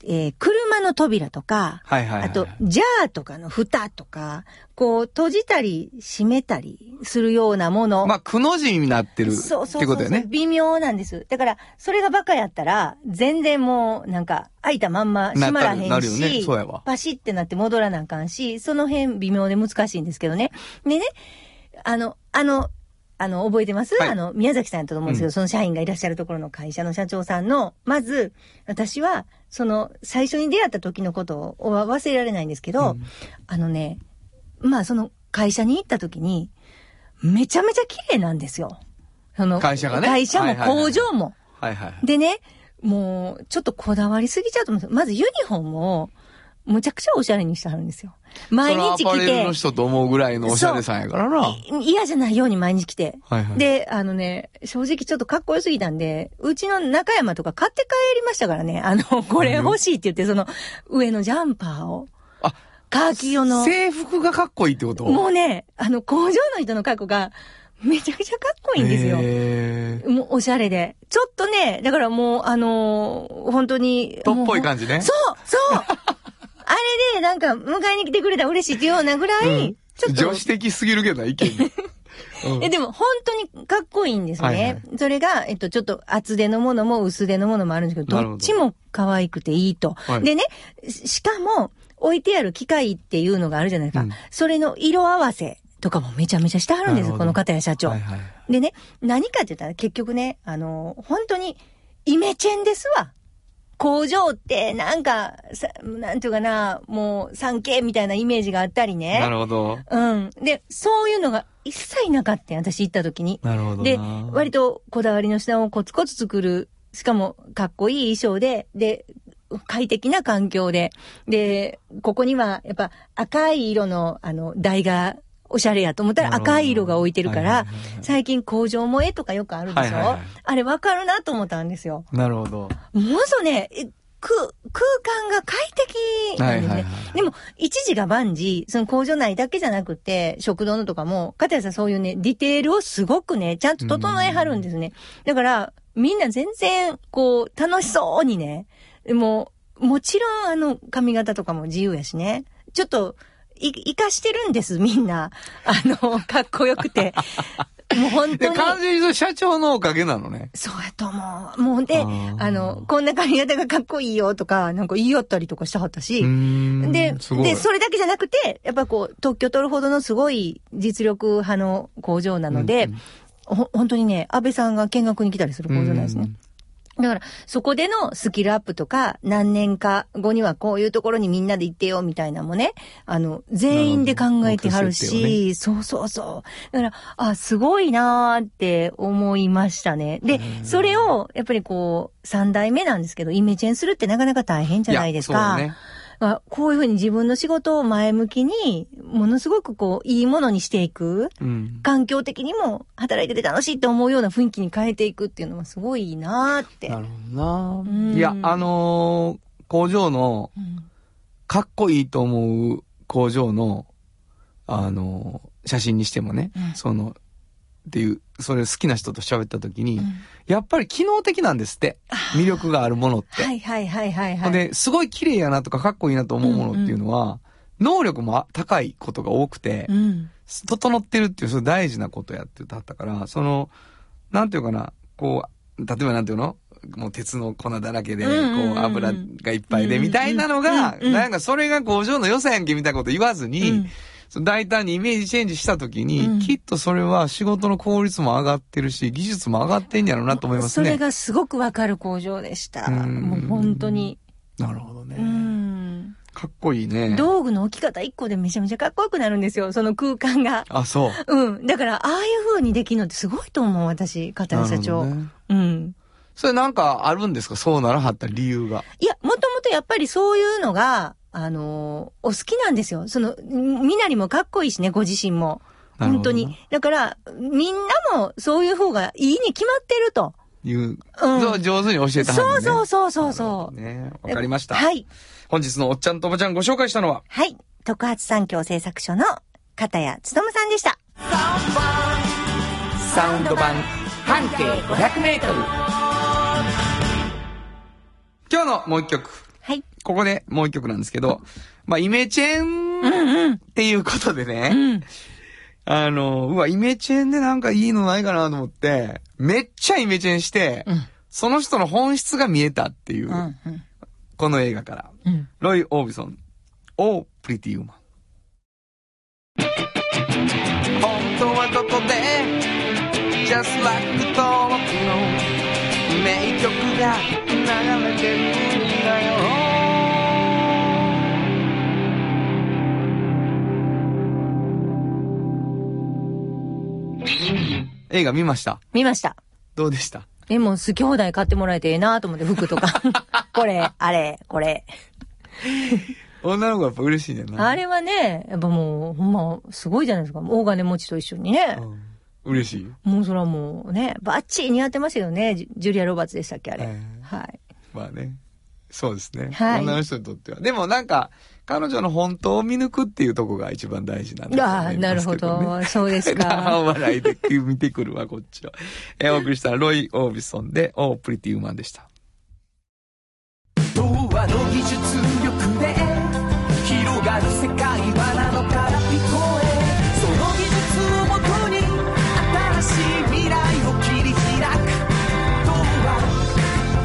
Speaker 3: えー車の扉とか、
Speaker 2: はいはいはい。
Speaker 3: あと、ジャーとかの蓋とか、こう、閉じたり閉めたりするようなもの。
Speaker 2: まあ、くの字になってる
Speaker 3: そう
Speaker 2: っ
Speaker 3: そうそう
Speaker 2: てことだよね。
Speaker 3: 微妙なんです。だから、それがバカやったら、全然もう、なんか、開いたまんま閉まらへんし、
Speaker 2: なったらなるよねそうやわ
Speaker 3: パシってなって戻らなあかんし、その辺微妙で難しいんですけどね。でね、あの、あの、あの、覚えてます、
Speaker 2: はい
Speaker 3: あの、宮崎さんやったと思うんですけど、その社員がいらっしゃるところの会社の社長さんの、まず、私は、その、最初に出会った時のことを忘れられないんですけど、あのね、まあ、その、会社に行った時に、めちゃめちゃ綺麗なんですよ。その
Speaker 2: 会社がね
Speaker 3: 会社
Speaker 2: は
Speaker 3: も
Speaker 2: いはいはい
Speaker 3: 工場も。
Speaker 2: はいはいはい。
Speaker 3: でね、もう、ちょっとこだわりすぎちゃうと思うんですよ。まずユニフォームを、むちゃくちゃおしゃれにしてはるんですよ。毎
Speaker 2: そ
Speaker 3: 日
Speaker 2: れはア
Speaker 3: 着
Speaker 2: パレル
Speaker 3: て
Speaker 2: の、人と思うぐらいのおしゃれさんやからな。はい
Speaker 3: 嫌じゃないように毎日着て。
Speaker 2: いはい。
Speaker 3: で、あのね、正直ちょっとかっこよすぎたんで、うちの中山とか買って帰りましたからね、あの、これ欲しいって言って、その、上のジャンパーを、
Speaker 2: あ、
Speaker 3: カーキ色の。
Speaker 2: 制服がかっこいいってこと
Speaker 3: もうね、あの、工場の人の過去が、めちゃくちゃかっこいいんですよ。
Speaker 2: へー
Speaker 3: もうおしゃれで。ちょっとね、だからもう、あのー本当に。
Speaker 2: とっぽい
Speaker 3: も
Speaker 2: 感じね
Speaker 3: う。そうそう <laughs> あれで、なんか、迎えに来てくれたら嬉しいっていうようなぐらい、
Speaker 2: うん
Speaker 3: ちょっと。
Speaker 2: 女子的すぎるけどな、意
Speaker 3: <laughs>
Speaker 2: 見が。うん
Speaker 3: え、でも本当にかっこいいんですね。
Speaker 2: はいはい
Speaker 3: それが、えっと、ちょっと厚手のものも薄手のものもあるんですけど、
Speaker 2: なるほ
Speaker 3: ど
Speaker 2: ど
Speaker 3: っちも可愛くていいと。
Speaker 2: はい
Speaker 3: でね、ししかも、置いてある機械っていうのがあるじゃないですか。
Speaker 2: うん
Speaker 3: それの色合わせとかもめちゃめちゃしてあるん
Speaker 2: な
Speaker 3: で
Speaker 2: るほ
Speaker 3: す、
Speaker 2: ど
Speaker 3: この方や社長、
Speaker 2: はいはい。
Speaker 3: でね、何かって言ったら結局ね、あの、本当にイメチェンですわ。工場ってなんか、さなんていうかな、もう産経みたいなイメージがあったりね。
Speaker 2: なるほど。
Speaker 3: うん。で、そういうのが一切なかったん私行った時に。
Speaker 2: なるほどな。
Speaker 3: で、割とこだわりの品をコツコツ作る。しかも、かっこいい衣装で、で、快適な環境で。で、ここには、やっぱ赤い色の、あの、台が、おしゃれやと思ったら
Speaker 2: なるほど
Speaker 3: 赤い色が置いてるか
Speaker 2: はい
Speaker 3: ら
Speaker 2: はいはいは、い
Speaker 3: 最近工場萌えとかよくあるでしょ、
Speaker 2: はいはいはい
Speaker 3: あれわかるなと思ったんですよ。
Speaker 2: なるほど。
Speaker 3: もうそね、えく空間が快適なんですね。
Speaker 2: はいはいはい
Speaker 3: でも、一時が万事、その工場内だけじゃなくて、食堂のとかも、片谷さんそういうね、ディテールをすごくね、ちゃんと整えはるんですね。だから、みんな全然、こう、楽しそうにね、もう、もちろん、あの、髪型とかも自由やしね、ちょっと、い、生かしてるんです、みんな。あの、かっこよく
Speaker 2: <laughs>
Speaker 3: て。もう本当
Speaker 2: で、
Speaker 3: に。
Speaker 2: 完全にそれ社長のおかげなのね。
Speaker 3: そうやと思う。もう
Speaker 2: あ
Speaker 3: で、
Speaker 2: ー
Speaker 3: あの、こんな髪型がかっこいいよとか、なんか言い合ったりとかしたはったし。
Speaker 2: で
Speaker 3: で、で、それだけじゃなくて、やっぱこう、特許取るほどのすごい実力派の工場なので、ほ本当にね、安倍さんが見学に来たりする工場なんですね。だから、そこでのスキルアップとか、何年か後にはこういうところにみんなで行ってよ、みたいなのもね、あの、全員で考えては
Speaker 2: な
Speaker 3: る
Speaker 2: るほど目標設定
Speaker 3: し、そうそうそう。だから、あ、すごいなーって思いましたね。で、それを、やっぱりこう、三代目なんですけど、イメチェンするってなかなか大変じゃないです
Speaker 2: や
Speaker 3: か。
Speaker 2: そうね。
Speaker 3: まあ、こういうふうに自分の仕事を前向きに、ものすごくこう、いいものにしていく。
Speaker 2: うん。
Speaker 3: 環境的にも働いてて楽しいって思うような雰囲気に変えていくっていうのはすごいいいなーって。
Speaker 2: なるほど
Speaker 3: う
Speaker 2: な。
Speaker 3: ん
Speaker 2: いや、あのー工場の、
Speaker 3: うん
Speaker 2: かっこいいと思う工場の、あのー写真にしてもね、その、っていう、それ好きな人と喋った時に、やっぱり機能的なんですって、魅力があるものって。
Speaker 3: はいはいはいはいは
Speaker 2: ほ
Speaker 3: い。
Speaker 2: んで、すごい綺麗やなとかかっこいいなと思うものっていうのは、能力も高いことが多くて、
Speaker 3: うん。
Speaker 2: 整ってるっていう、それ大事なことやって言ってはったから、その、なんていうかな、こう、例えばなんていうのもう鉄の粉だらけで、こ
Speaker 3: うんうんうん
Speaker 2: う油がいっぱいで、みたいなのが、
Speaker 3: うんうんうん
Speaker 2: なんかそれが工場の良さやんけみたいなこと言わずに、
Speaker 3: うん
Speaker 2: その大胆にイメージチェンジした時に、
Speaker 3: うん
Speaker 2: きっとそれは仕事の効率も上がってるし、技術も上がってんやろうなと思います
Speaker 3: それ
Speaker 2: ね。
Speaker 3: がすごくわかる工場でした。
Speaker 2: うん
Speaker 3: もう本当に。
Speaker 2: なるほどね。
Speaker 3: うん。
Speaker 2: かっこいいね。
Speaker 3: 道具の置き方一個でめちゃめちゃかっこよくなるんですよ。その空間が。
Speaker 2: あ、そう。
Speaker 3: うん。だから、ああいう風にできるのってすごいと思う、私、片谷社長。
Speaker 2: なるほどね
Speaker 3: うん。
Speaker 2: それなんかあるんですかそうならはった理由が。
Speaker 3: いや、もともとやっぱりそういうのが、あのーお好きなんですよ。その、んみなりもかっこいいしね、ご自身も。
Speaker 2: なるほ
Speaker 3: 本
Speaker 2: ど
Speaker 3: 当
Speaker 2: な
Speaker 3: に。だから、みんなもそういう方がいいに決まってると。
Speaker 2: いう、
Speaker 3: うん
Speaker 2: そう上手に教えては
Speaker 3: そ
Speaker 2: る、
Speaker 3: う
Speaker 2: ね。
Speaker 3: そうそう
Speaker 2: なる
Speaker 3: そう
Speaker 2: ほど
Speaker 3: そう。
Speaker 2: ね。わかりました。
Speaker 3: はい。
Speaker 2: 本日のおっちゃんとおばちゃんご紹介したのは、
Speaker 3: はい。特発産業製作所の片谷つとむさんでした。
Speaker 6: サウンド版半径 500m
Speaker 2: 今日のもう一曲。
Speaker 3: はい。
Speaker 2: ここでもう一曲なんですけど、まあ、イメチェンっていうことでね、あの、うわ、イメチェンでなんかいいのないかなと思って、めっちゃイメチェンして、その人の本質が見えたっていう、この映画から、ロイ・オービソン、オー・プリティ・ウーマン。本当はどこで Just like the thought of you 名曲が流れてるんだよ映画見ました
Speaker 3: 見ました。
Speaker 2: どうでした
Speaker 3: でも、好き放題買ってもらえてええなと思って、服と
Speaker 2: <laughs>
Speaker 3: か。これ、あれ、これ。
Speaker 2: 女の子やっぱ嬉しいんだよな
Speaker 3: あれはね、やっぱもう、ほんま、すごいじゃないですか。大金持ちと一緒にね。
Speaker 2: 嬉しい
Speaker 3: もうそれはもうね、バッチリ似合ってましたよね。ジュジュリア・ロバーツでしたっけ、あれ。
Speaker 2: ええ
Speaker 3: はい。
Speaker 2: まあねそうですね、
Speaker 3: はい
Speaker 2: 女の人にとってはでもなんか彼女の本当を見抜くっていうとこが一番大事なんだと思い
Speaker 3: ああ、な
Speaker 2: ま
Speaker 3: る
Speaker 2: す
Speaker 3: ほ
Speaker 2: けどね
Speaker 3: ど。そうです
Speaker 2: <laughs> なあ
Speaker 3: か。
Speaker 2: 笑いで見てくるわ、こっちは。えーお送りしたのはロイ・オービソンで、オー・プリティ・ウーマンでした。
Speaker 6: 童話の技術力で広がる世界はなのから聞こえその技術をもとに新しい未来を切り開く童話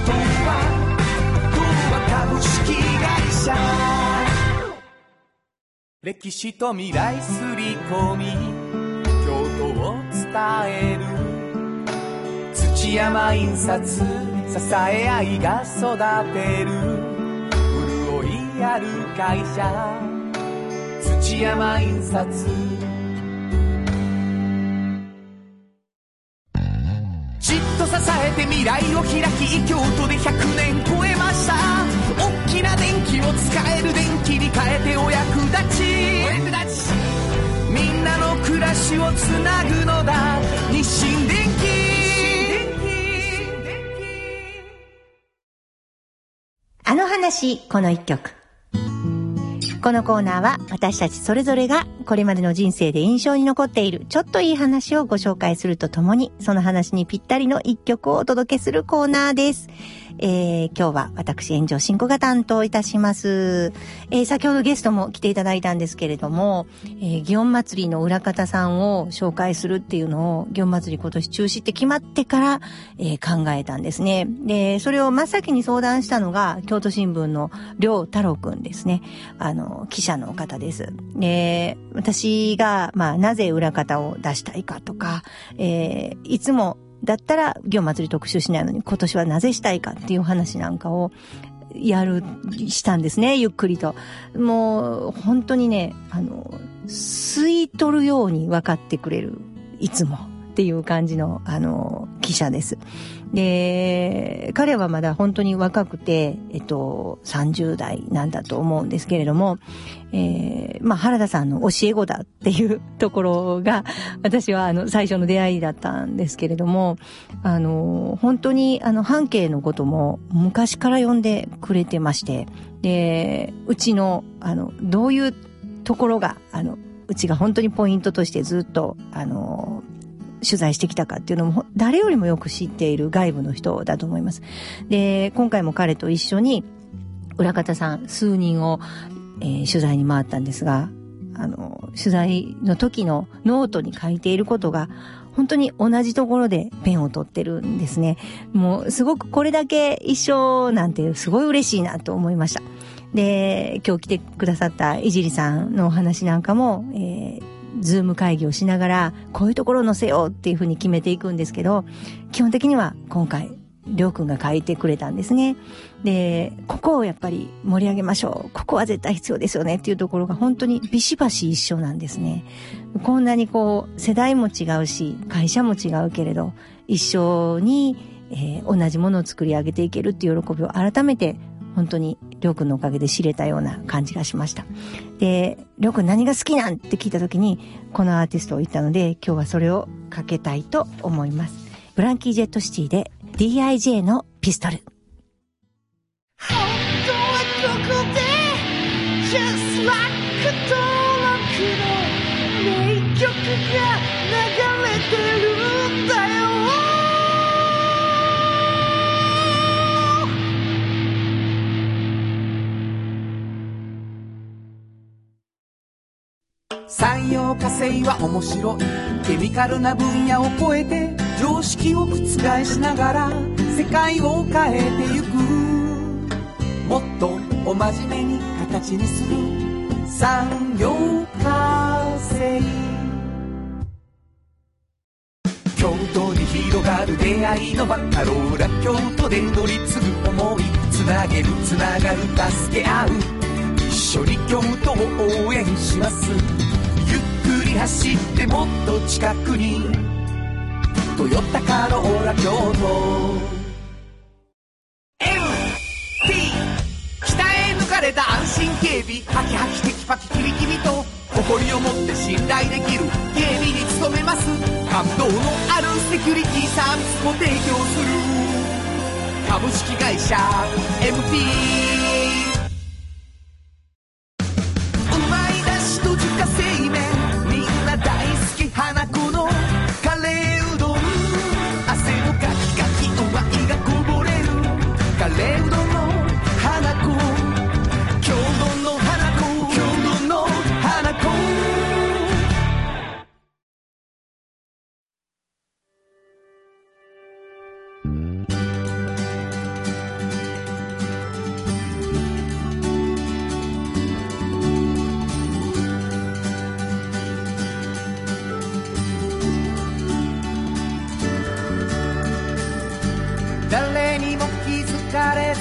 Speaker 6: 童話童話株式会社歴史と未来すり込み京都を伝える土山印刷支え合いが育てる潤いある会社土山印刷じっと支えて未来を開き京都で100年超えました大きな電気を使える電気に変えてお役立ちお役立ちみんなの暮らしをつなぐのだ日清電機
Speaker 3: あの話、この一曲。このコーナーは私たちそれぞれがこれまでの人生で印象に残っているちょっといい話をご紹介するとともにその話にぴったりの一曲をお届けするコーナーです。えー今日は私炎上進行が担当いたします。えー先ほどゲストも来ていただいたんですけれども、えー、祇園祭りの裏方さんを紹介するっていうのを祇園祭り今年中止って決まってから、えー考えたんですね。で、それを真っ先に相談したのが京都新聞の両太郎くんですね。あの、記者の方です。で、私が、まあ、なぜ裏方を出したいかとか、えーいつもだったら行祭り特集しないのに今年はなぜしたいかっていう話なんかをやる、したんですね、ゆっくりと。もう、本当にね、あの、吸い取るように分かってくれる、いつも。っていう感じの、あの、記者です。で、彼はまだ本当に若くて、えっと、30代なんだと思うんですけれども、えーまあ、原田さんの教え子だっていう <laughs> ところが、私はあの、最初の出会いだったんですけれども、あの、本当にあの、半径のことも昔から呼んでくれてまして、で、うちの、あの、どういうところが、あの、うちが本当にポイントとしてずっと、あの、取材してきたかっていうのもほん誰よりもよく知っている外部の人だと思います。で、今回も彼と一緒に裏方さん数人を、えー取材に回ったんですが、あの、取材の時のノートに書いていることが本当に同じところでペンを取ってるんですね。もうすごくこれだけ一緒なんてすごい嬉しいなと思いました。で、今日来てくださったいじりさんのお話なんかも、えーズーム会議をしながら、こういうところを載せようっていうふうに決めていくんですけど、基本的には今回、りょうくんが書いてくれたんですね。で、ここをやっぱり盛り上げましょう。ここは絶対必要ですよねっていうところが本当にビシバシ一緒なんですね。こんなにこう、世代も違うし、会社も違うけれど、一緒に、えー同じものを作り上げていけるっていう喜びを改めて、本当に、りょうくんのおかげで知れたような感じがしました。で、りょうくん何が好きなんって聞いた時に、このアーティストを言ったので、今日はそれをかけたいと思います。ブランキー・ジェット・シティで DIJ のピストル。
Speaker 6: 産業化成は面白いケミカルな分野を超えて常識を覆しながら世界を変えてゆくもっとお真面目に形にする産業化成京都に広がる出会いの場カローラ京都で乗り継ぐ思いつなげるつながる助け合う一緒に京都を応援しますゆっくり走ってもっと近くに「トヨタカローラ京都」北へ抜かれた安心警備ハキハキテキパキキビキビと誇りを持って信頼できる警備に努めます感動のあるセキュリティサービスも提供する株式会社 MT うまいだしと自家製麺みんな大好き花子のカレーうどん汗のかきかきうまいがこぼれるカレーうどんの花子郷土の花子郷土の花子誰にも気づかれず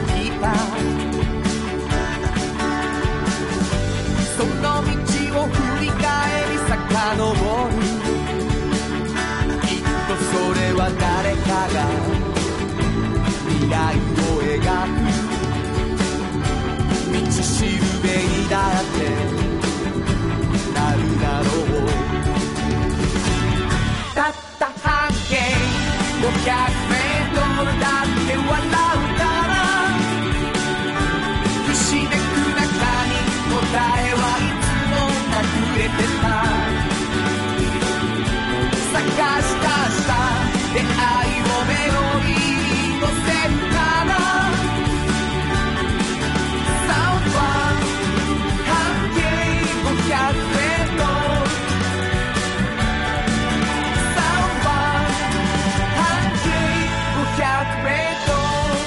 Speaker 6: 来たその道を振り返り遡るきっとそれは誰かが未来を描く道しるべにだってなるだろうたった半径500メートルだって笑うからひしめく中に答えはいつも隠れてた探した明日出会いをメロディーに乗せるからサウンド半径500メートルサウンド半径500メート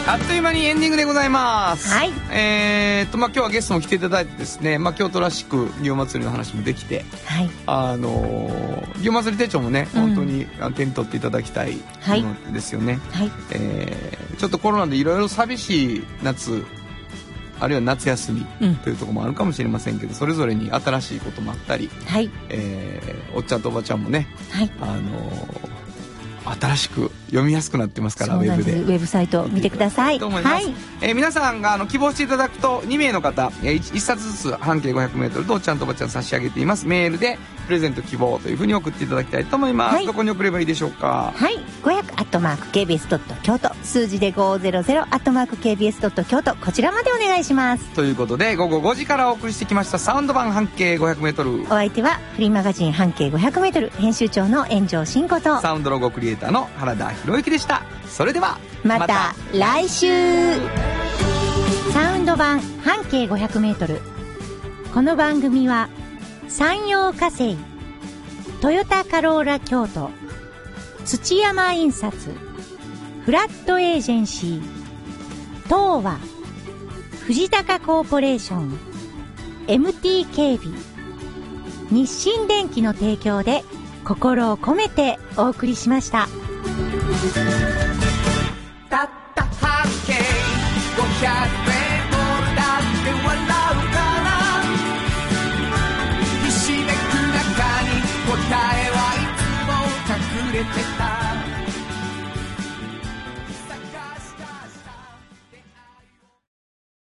Speaker 6: ル
Speaker 2: あっという間にエンディングでございます。
Speaker 3: はい
Speaker 2: えーっと、まあ、今日はゲストも来ていただいてですね、まあ、京都らしく、祇園祭りの話もできて、
Speaker 3: はい。
Speaker 2: あのー、祇園祭り手帳もね、
Speaker 3: うん
Speaker 2: 本当にあ手に取っていただきたい
Speaker 3: はい
Speaker 2: のですよね。
Speaker 3: はい。
Speaker 2: えーちょっとコロナでいろいろ寂しい夏、あるいは夏休み
Speaker 3: うん
Speaker 2: というところもあるかもしれませんけど、それぞれに新しいこともあったり、
Speaker 3: はい。
Speaker 2: えーおっちゃんとおばちゃんもね、
Speaker 3: はい。
Speaker 2: あのー新しく読みやすくなってますから
Speaker 1: そ
Speaker 2: ウ
Speaker 1: うな
Speaker 2: ェ
Speaker 1: ん
Speaker 2: ブ
Speaker 1: です。ウ
Speaker 2: で。
Speaker 1: ェブサイト見てください。
Speaker 2: と思いま
Speaker 1: は
Speaker 2: す
Speaker 1: い。
Speaker 2: えー皆さんがあの希望していただくと2名の方、え 1, 冊ずつ半径 500m とおっちゃんとおばちゃん差し上げていますメールでプレゼント希望というふうに送っていただきたいと思います、
Speaker 1: はい
Speaker 2: どこに送ればいいでしょうか
Speaker 1: はい。500アットマーク KBS ドット京都。数字で500アットマーク KBS ドット京都。こちらまでお願いします。
Speaker 2: ということで午後5時からお送りしてきましたサウンド版半径 500m
Speaker 1: お相手はフリーマガジン半径500メートル編集長の炎上真子と。
Speaker 2: サウンドロゴクリエイターの原田博之でしたそれでは
Speaker 1: また来週サウンド版半径 500m この番組は山陽火星トヨタカローラ京都土山印刷フラットエージェンシー東和藤高コーポレーション MT 警備日清電機の提供で心を込めてお送りしました。
Speaker 6: たった半径500メートルだって笑うからひしめく中に答えはいつも隠れてた